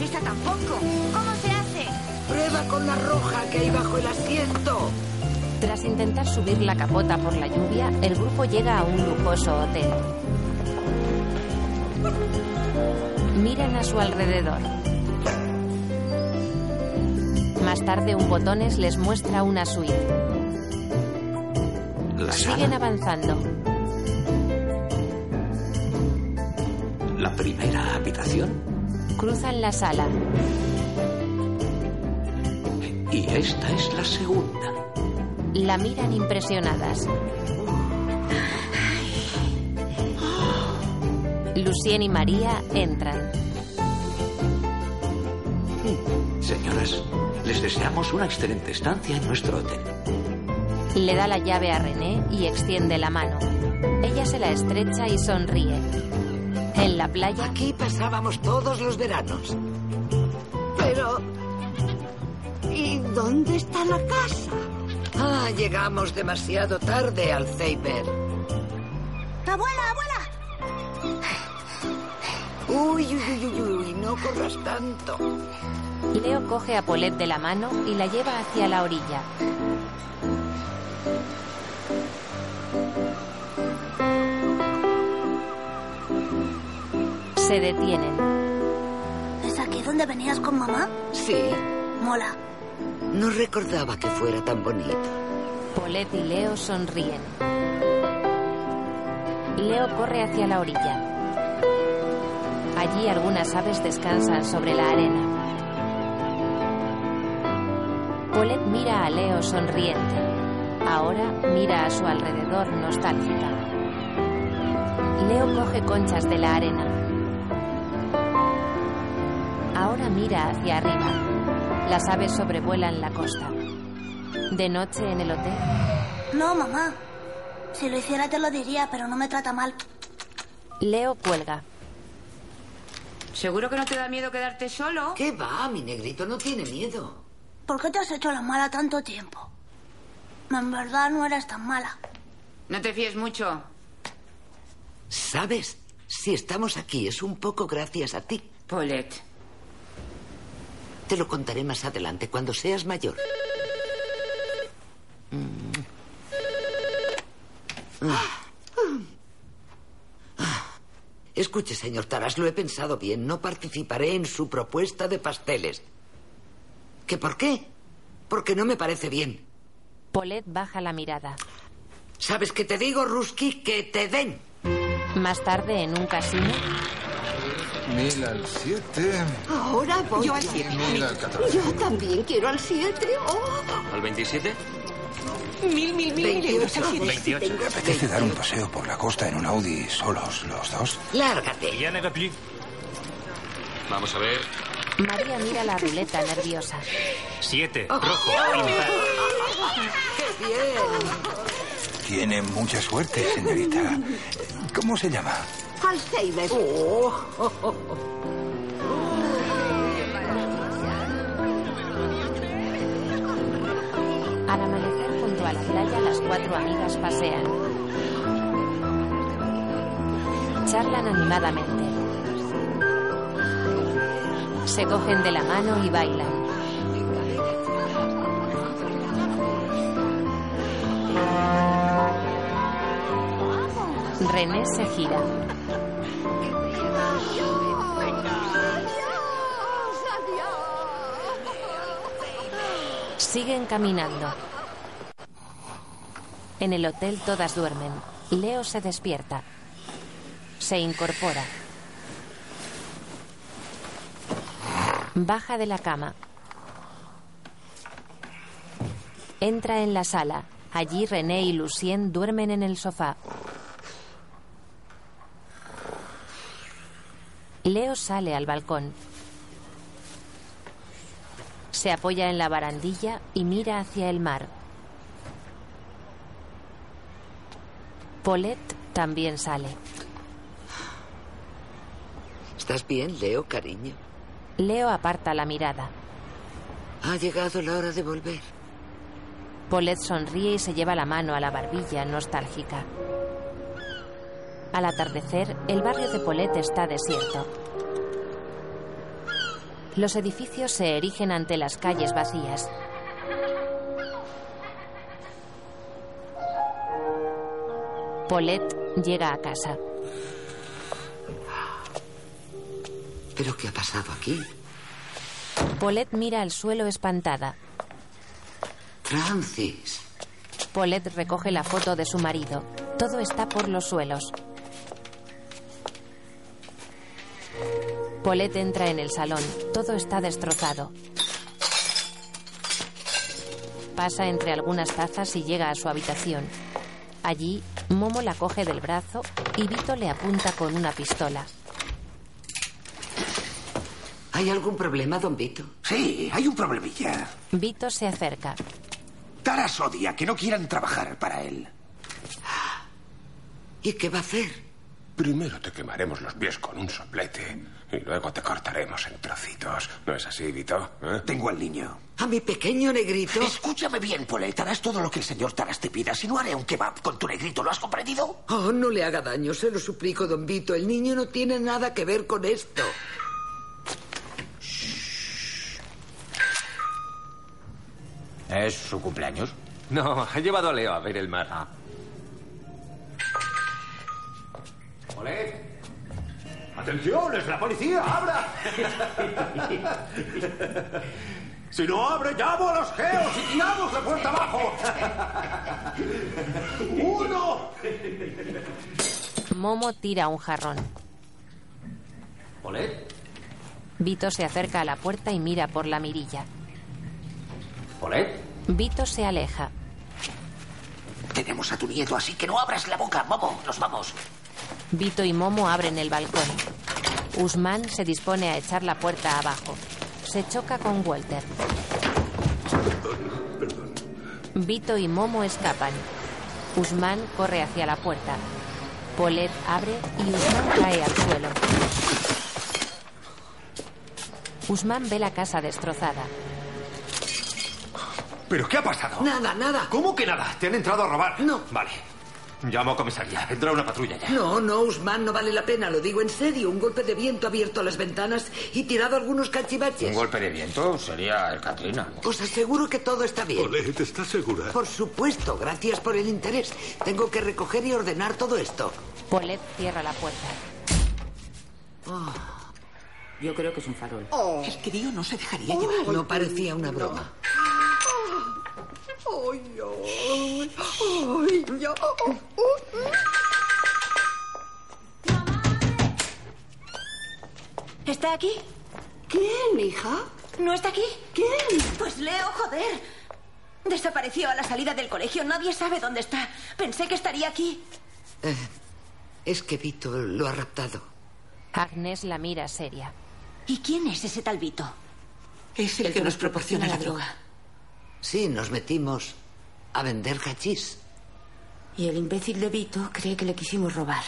Speaker 16: Esta tampoco.
Speaker 7: ¿Cómo se hace?
Speaker 2: Prueba con la roja que hay bajo el asiento.
Speaker 1: Tras intentar subir la capota por la lluvia, el grupo llega a un lujoso hotel. Miran a su alrededor. Más tarde, un botones les muestra una suite.
Speaker 33: La
Speaker 1: Siguen
Speaker 33: sala,
Speaker 1: avanzando.
Speaker 33: la primera habitación
Speaker 1: Cruzan la sala.
Speaker 33: y esta es la segunda.
Speaker 1: La miran impresionadas. Lucien y María entran.
Speaker 33: Señoras, les deseamos una excelente estancia en nuestro hotel.
Speaker 1: Le da la llave a René y extiende la mano. Ella se la estrecha y sonríe. En la playa.
Speaker 2: Aquí pasábamos todos los veranos. Pero... ¿Y dónde está la casa? Ah, llegamos demasiado tarde al Zeiber.
Speaker 7: Abuela, abuela.
Speaker 2: Uy, uy, uy, uy, uy, no corras tanto.
Speaker 1: Leo coge a Paulette de la mano y la lleva hacia la orilla. Se detienen.
Speaker 7: ¿Es aquí donde venías con mamá?
Speaker 2: Sí.
Speaker 7: Mola.
Speaker 2: No recordaba que fuera tan bonito.
Speaker 1: Paulette y Leo sonríen. Leo corre hacia la orilla. Allí algunas aves descansan sobre la arena. Paulette mira a Leo sonriente. Ahora mira a su alrededor nostálgica. Leo coge conchas de la arena. Ahora mira hacia arriba. Las aves sobrevuelan la costa. De noche en el hotel,
Speaker 7: No, mamá. Si lo hiciera te lo diría, pero no me trata mal.
Speaker 1: Leo cuelga.
Speaker 16: ¿Seguro que no te da miedo quedarte solo?
Speaker 2: ¿Qué va? Mi negrito no tiene miedo.
Speaker 7: ¿Por qué te has hecho la mala tanto tiempo? En verdad no eras tan mala.
Speaker 16: No te fíes mucho.
Speaker 2: ¿Sabes? Si estamos aquí es un poco gracias a ti.
Speaker 16: Paulette.
Speaker 2: Te lo contaré más adelante, cuando seas mayor. Mm. Ah. Escuche, señor Taras, lo he pensado bien. No participaré en su propuesta de pasteles. ¿Qué por qué? Porque no me parece bien.
Speaker 1: Paulette baja la mirada.
Speaker 2: ¿Sabes qué te digo, Ruski? Que te den.
Speaker 1: Más tarde, en un casino,
Speaker 13: Mil al siete.
Speaker 34: Ahora voy.
Speaker 13: Yo al siete. Mil al catorce.
Speaker 34: Yo también quiero al 7.
Speaker 5: ¿Al 27?
Speaker 34: Mil, mil, mil, mil euros al 7.
Speaker 13: ¿Te apetece dar un paseo por la costa en un Audi solos los dos?
Speaker 2: Lárgate.
Speaker 5: Vamos a ver.
Speaker 1: María mira la ruleta nerviosa.
Speaker 35: Siete.
Speaker 2: Oh,
Speaker 35: Rojo.
Speaker 1: ¡Qué bien!
Speaker 13: Tiene mucha suerte, señorita. ¿Cómo se llama?
Speaker 29: Alzheimer.
Speaker 9: Oh.
Speaker 1: Al amanecer junto a la playa, las cuatro amigas pasean. Charlan animadamente. Se cogen de la mano y bailan. René se gira. Siguen caminando. En el hotel todas duermen. Leo se despierta. Se incorpora. Baja de la cama. Entra en la sala. Allí René y Lucien duermen en el sofá. Leo sale al balcón. Se apoya en la barandilla y mira hacia el mar. Paulette también sale.
Speaker 2: ¿Estás bien, Leo, cariño?
Speaker 1: Leo aparta la mirada.
Speaker 2: Ha llegado la hora de volver.
Speaker 1: Paulette sonríe y se lleva la mano a la barbilla, nostálgica. Al atardecer, el barrio de Paulette está desierto. Los edificios se erigen ante las calles vacías. Paulette llega a casa.
Speaker 2: ¿Pero qué ha pasado aquí?
Speaker 1: Paulette mira al suelo espantada.
Speaker 2: Francis.
Speaker 1: Paulette recoge la foto de su marido. Todo está por los suelos. Paulette entra en el salón. Todo está destrozado. Pasa entre algunas tazas y llega a su habitación. Allí, Momo la coge del brazo y Vito le apunta con una pistola.
Speaker 2: ¿Hay algún problema, don Vito?
Speaker 9: Sí, hay un problemilla.
Speaker 1: Vito se acerca.
Speaker 9: Taras odia que no quieran trabajar para él.
Speaker 2: ¿Y qué va a hacer?
Speaker 4: Primero te quemaremos los pies con un soplete y luego te cortaremos en trocitos. ¿No es así, Vito? ¿Eh?
Speaker 9: Tengo al niño.
Speaker 2: A mi pequeño negrito.
Speaker 9: Escúchame bien, Polet. Harás todo lo que el señor Taras te pida. Si no haré un kebab con tu negrito, ¿lo has comprendido?
Speaker 2: Oh, no le haga daño, se lo suplico, don Vito. El niño no tiene nada que ver con esto.
Speaker 5: ¿Es su cumpleaños?
Speaker 36: No, ha llevado a Leo a ver el mar. Ah.
Speaker 5: ¡Ole! ¡Atención! ¡Es la policía! ¡Abra! si no abre, llamo a los geos y tiramos la puerta abajo. ¡Uno!
Speaker 1: Momo tira un jarrón.
Speaker 5: ¿Ole?
Speaker 1: Vito se acerca a la puerta y mira por la mirilla.
Speaker 5: ¿Ole?
Speaker 1: Vito se aleja.
Speaker 9: Tenemos a tu nieto, así que no abras la boca. Vamos, nos vamos.
Speaker 1: Vito y Momo abren el balcón. Usman se dispone a echar la puerta abajo. Se choca con Walter. Vito y Momo escapan. Usman corre hacia la puerta. Polet abre y Usman cae al suelo. Usman ve la casa destrozada.
Speaker 5: ¿Pero qué ha pasado?
Speaker 2: Nada, nada.
Speaker 5: ¿Cómo que nada? ¿Te han entrado a robar?
Speaker 2: No.
Speaker 5: Vale. Llamo a comisaría. Vendrá una patrulla ya.
Speaker 2: No, no, Usman, no vale la pena, lo digo en serio. Un golpe de viento ha abierto las ventanas y tirado algunos cachivaches.
Speaker 5: Un golpe de viento sería el Katrina.
Speaker 2: Os aseguro que todo está bien.
Speaker 4: Polet, ¿estás segura?
Speaker 2: Por supuesto, gracias por el interés. Tengo que recoger y ordenar todo esto.
Speaker 1: Polet cierra la puerta.
Speaker 16: Ah.
Speaker 2: Oh,
Speaker 37: Yo creo que es un farol.
Speaker 29: El crío no se dejaría
Speaker 2: oh,
Speaker 29: llevar.
Speaker 2: no parecía una broma.
Speaker 29: Ay, ay, ay, ya, oh, oh.
Speaker 16: ¿Está aquí?
Speaker 29: ¿Quién, hija?
Speaker 16: ¿No está aquí?
Speaker 29: ¿Quién?
Speaker 16: Pues Leo, joder. Desapareció a la salida del colegio. Nadie sabe dónde está. Pensé que estaría aquí.
Speaker 2: Eh, es que Vito lo ha raptado.
Speaker 1: Agnes la mira seria.
Speaker 23: ¿Y quién es ese talbito?
Speaker 2: Es el, que, nos proporciona la droga. Sí, nos metimos a vender hachís.
Speaker 7: Y el imbécil de Vito cree que le quisimos robar.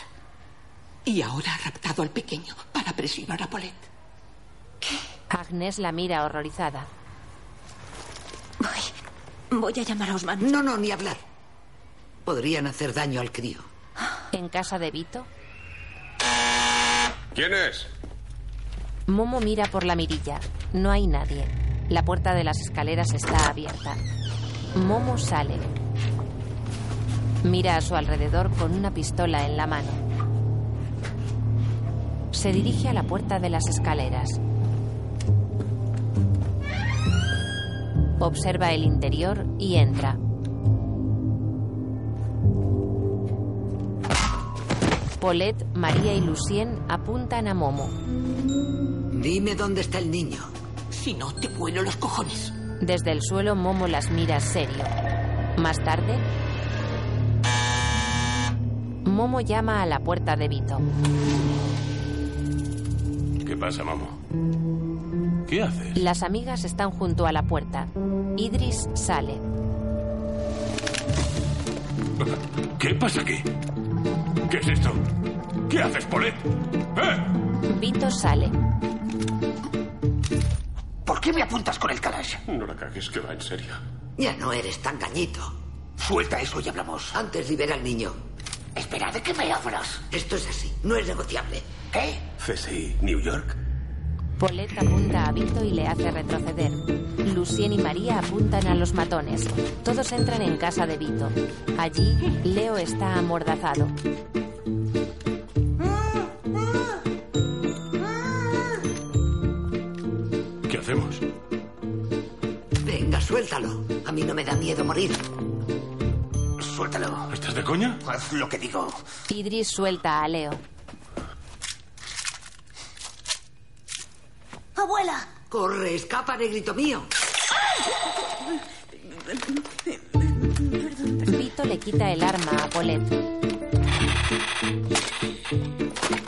Speaker 12: Y ahora ha raptado al pequeño para presionar a Paulette.
Speaker 1: Agnes la mira horrorizada.
Speaker 2: Voy a llamar a Osman. No, no, ni hablar. Podrían hacer daño al crío.
Speaker 1: En casa de Vito,
Speaker 21: ¿Quién es?
Speaker 1: Momo mira por la mirilla. No hay nadie. La puerta de las escaleras está abierta. Momo sale. Mira a su alrededor con una pistola en la mano. Se dirige a la puerta de las escaleras. Observa el interior y entra. Paulette, María y Lucien apuntan a Momo.
Speaker 2: Dime dónde está el niño.
Speaker 12: Si no, te vuelo los cojones.
Speaker 1: Desde el suelo, Momo las mira serio. Más tarde, Momo llama a la puerta de Vito.
Speaker 21: ¿Qué pasa, Momo?
Speaker 19: ¿Qué haces?
Speaker 1: Las amigas están junto a la puerta. Idris sale.
Speaker 19: ¿Qué pasa aquí? ¿Qué es esto? ¿Qué haces, Polet? ¡Eh!
Speaker 1: Vito sale.
Speaker 5: ¿Por qué me apuntas con el calash?
Speaker 21: No la cagues, que va en serio.
Speaker 2: Ya no eres tan gañito.
Speaker 5: Suelta eso y hablamos.
Speaker 2: Antes libera al niño.
Speaker 5: Espera, ¿de qué me hablas?
Speaker 2: Esto es así, no es negociable.
Speaker 5: ¿Qué?
Speaker 21: CSI, New York.
Speaker 1: Paulette apunta a Vito y le hace retroceder. Lucien y María apuntan a los matones. Todos entran en casa de Vito. Allí, Leo está amordazado.
Speaker 19: ¿Qué hacemos?
Speaker 2: Venga, suéltalo. A mí no me da miedo morir.
Speaker 5: Suéltalo.
Speaker 19: ¿Estás de coña?
Speaker 5: Haz lo que digo.
Speaker 1: Idris suelta a Leo.
Speaker 17: ¡Abuela!
Speaker 2: Corre, escapa, negrito mío.
Speaker 1: Vito le quita el arma a Paulette.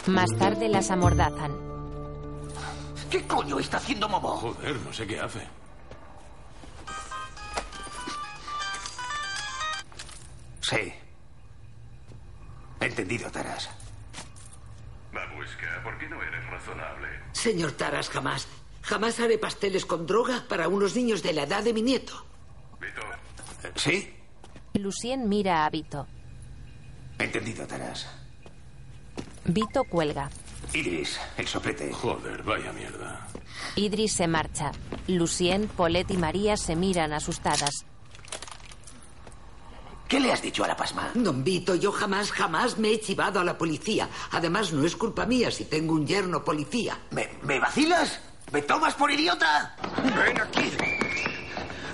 Speaker 1: Más tarde las amordazan.
Speaker 5: ¿Qué coño está haciendo Momo?
Speaker 19: Joder, no sé qué hace.
Speaker 5: Sí. Entendido, Taras.
Speaker 29: Babushka, ¿por qué no eres razonable?
Speaker 2: Señor Taras, jamás. Jamás haré pasteles con droga para unos niños de la edad de mi nieto.
Speaker 29: Vito,
Speaker 5: ¿Sí?
Speaker 1: Lucien mira a Vito.
Speaker 5: Entendido, Taras.
Speaker 1: Vito cuelga.
Speaker 5: Iris, el soplete.
Speaker 19: Joder, vaya mierda.
Speaker 1: Idris se marcha. Lucien, Paulette y María se miran asustadas.
Speaker 5: ¿Qué le has dicho a la pasma?
Speaker 2: Don Vito, yo jamás, jamás me he chivado a la policía. Además, no es culpa mía si tengo un yerno policía.
Speaker 5: ¿Me, me vacilas? ¿Me tomas por idiota? Ven aquí.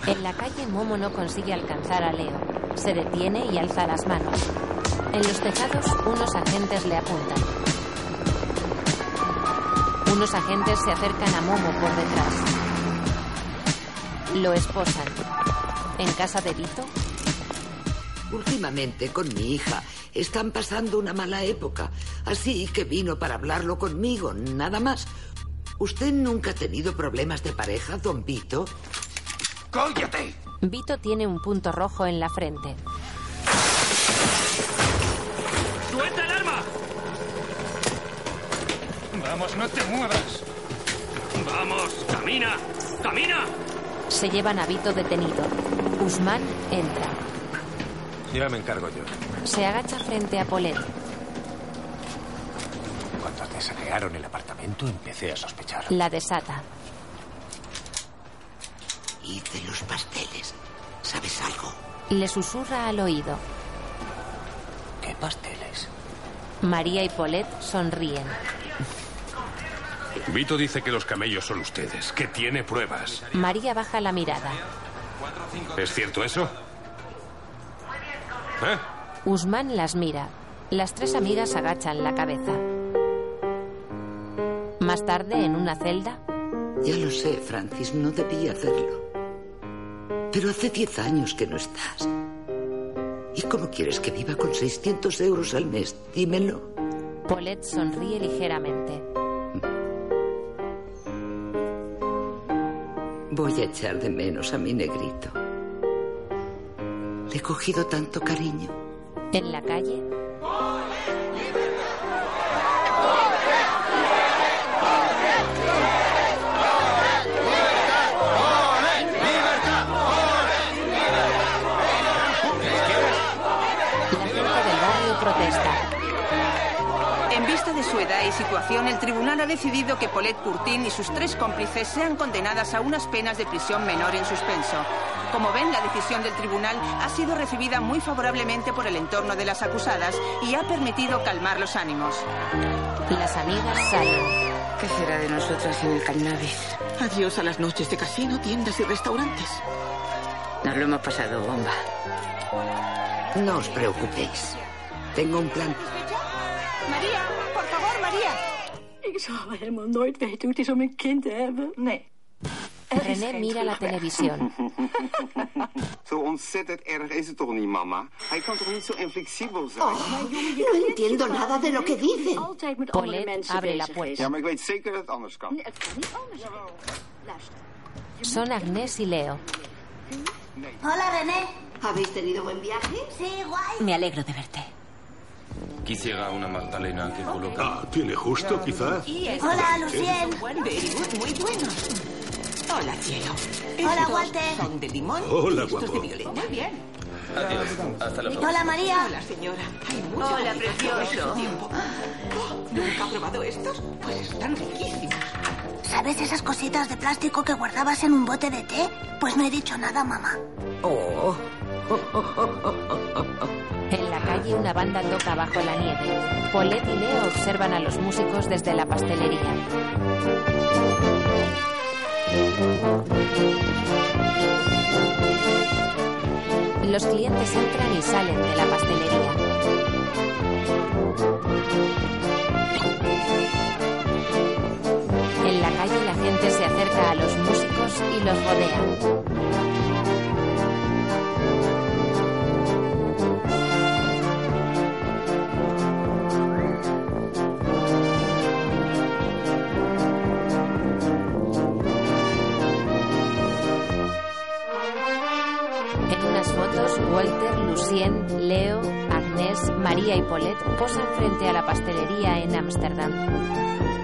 Speaker 1: En la calle, Momo no consigue alcanzar a Leo. Se detiene y alza las manos. En los tejados, unos agentes le apuntan. Unos agentes se acercan a Momo por detrás. Lo esposan. En casa de Vito,
Speaker 2: Últimamente con mi hija están pasando una mala época, así que vino para hablarlo conmigo, nada más. ¿Usted nunca ha tenido problemas de pareja, don Vito?
Speaker 5: ¡Cóllate!
Speaker 1: Vito tiene un punto rojo en la frente.
Speaker 4: ¡Suelta el arma! Vamos, no te muevas. Vamos, camina, camina.
Speaker 1: Se llevan a Vito detenido. Usman entra.
Speaker 11: Ya me encargo yo.
Speaker 1: Se agacha frente a Paulette.
Speaker 3: Cuando te saquearon el apartamento, empecé a sospechar.
Speaker 1: La desata.
Speaker 2: Y de los pasteles, ¿sabes algo?
Speaker 1: Le susurra al oído.
Speaker 3: ¿Qué pasteles?
Speaker 1: María y Paulette sonríen.
Speaker 21: Vito dice que los camellos son ustedes, que tiene pruebas.
Speaker 1: María baja la mirada.
Speaker 21: ¿Es cierto eso? ¿Eh?
Speaker 1: Usman las mira. Las tres amigas agachan la cabeza. Más tarde, en una celda,
Speaker 2: Ya lo sé, Francis, no debía hacerlo. Pero hace 10 años que no estás. ¿Y cómo quieres que viva con 600 euros al mes? Dímelo.
Speaker 1: Paulette sonríe ligeramente.
Speaker 2: Voy a echar de menos a mi negrito. Le he cogido tanto cariño.
Speaker 1: En la calle,
Speaker 12: En vista de su edad y situación, el tribunal ha decidido que Paulette Curtin y sus tres cómplices sean condenadas a unas penas de prisión menor en suspenso. Como ven, la decisión del tribunal ha sido recibida muy favorablemente por el entorno de las acusadas y ha permitido calmar los ánimos.
Speaker 1: las amigas salen.
Speaker 12: ¿Qué será de nosotras en el cannabis? Adiós a las noches de casino, tiendas y restaurantes.
Speaker 38: Nos lo hemos pasado bomba.
Speaker 2: No os preocupéis. Tengo un plan.
Speaker 7: Maria, por favor, Maria. Ik zal helemaal nooit weten hoe het is om een kind te hebben. Nee.
Speaker 1: René mira la televisión.
Speaker 19: Zo ontzettend erg is het toch niet, mama? Hij kan toch niet zo inflexibel
Speaker 16: Oh,
Speaker 19: zijn?
Speaker 39: No entiendo nada de lo que dicen.
Speaker 1: Paulette abre la
Speaker 19: Ja,
Speaker 1: puerta.
Speaker 19: maar ik weet zeker dat het anders kan.
Speaker 1: Son Agnés y Leo.
Speaker 16: Hola, René.
Speaker 39: ¿Habéis tenido buen viaje?
Speaker 16: Sí, guay.
Speaker 40: Me alegro de verte.
Speaker 9: Quisiera una magdalena que coloca...
Speaker 11: Ah, tiene justo, quizás.
Speaker 16: Hola, Lucien.
Speaker 12: Very good, muy bueno. Hola, cielo.
Speaker 16: Hola,
Speaker 12: Estos
Speaker 16: Walter.
Speaker 12: Son de limón.
Speaker 8: Oh.
Speaker 11: Hola,
Speaker 12: estos
Speaker 11: guapo.
Speaker 12: de violeta. Muy bien.
Speaker 9: Adiós. Hasta la
Speaker 16: Hola, María.
Speaker 12: Hola, señora. Hay mucha
Speaker 16: Hola,
Speaker 12: variedad
Speaker 16: precioso.
Speaker 12: todo el tiempo. Oh, ¿Nunca ha probado estos? Pues están riquísimos.
Speaker 16: ¿Sabes esas cositas de plástico que guardabas en un bote de té? Pues no he dicho nada, mamá.
Speaker 2: Oh.
Speaker 1: En la calle una banda toca bajo la nieve. Paulette y Leo observan a los músicos desde la pastelería. Los clientes entran y salen de la pastelería. En la calle la gente se acerca a los músicos y los rodea. En unas fotos, Walter, Lucien, Leo, Agnés, María y Paulette posan frente a la pastelería en Ámsterdam.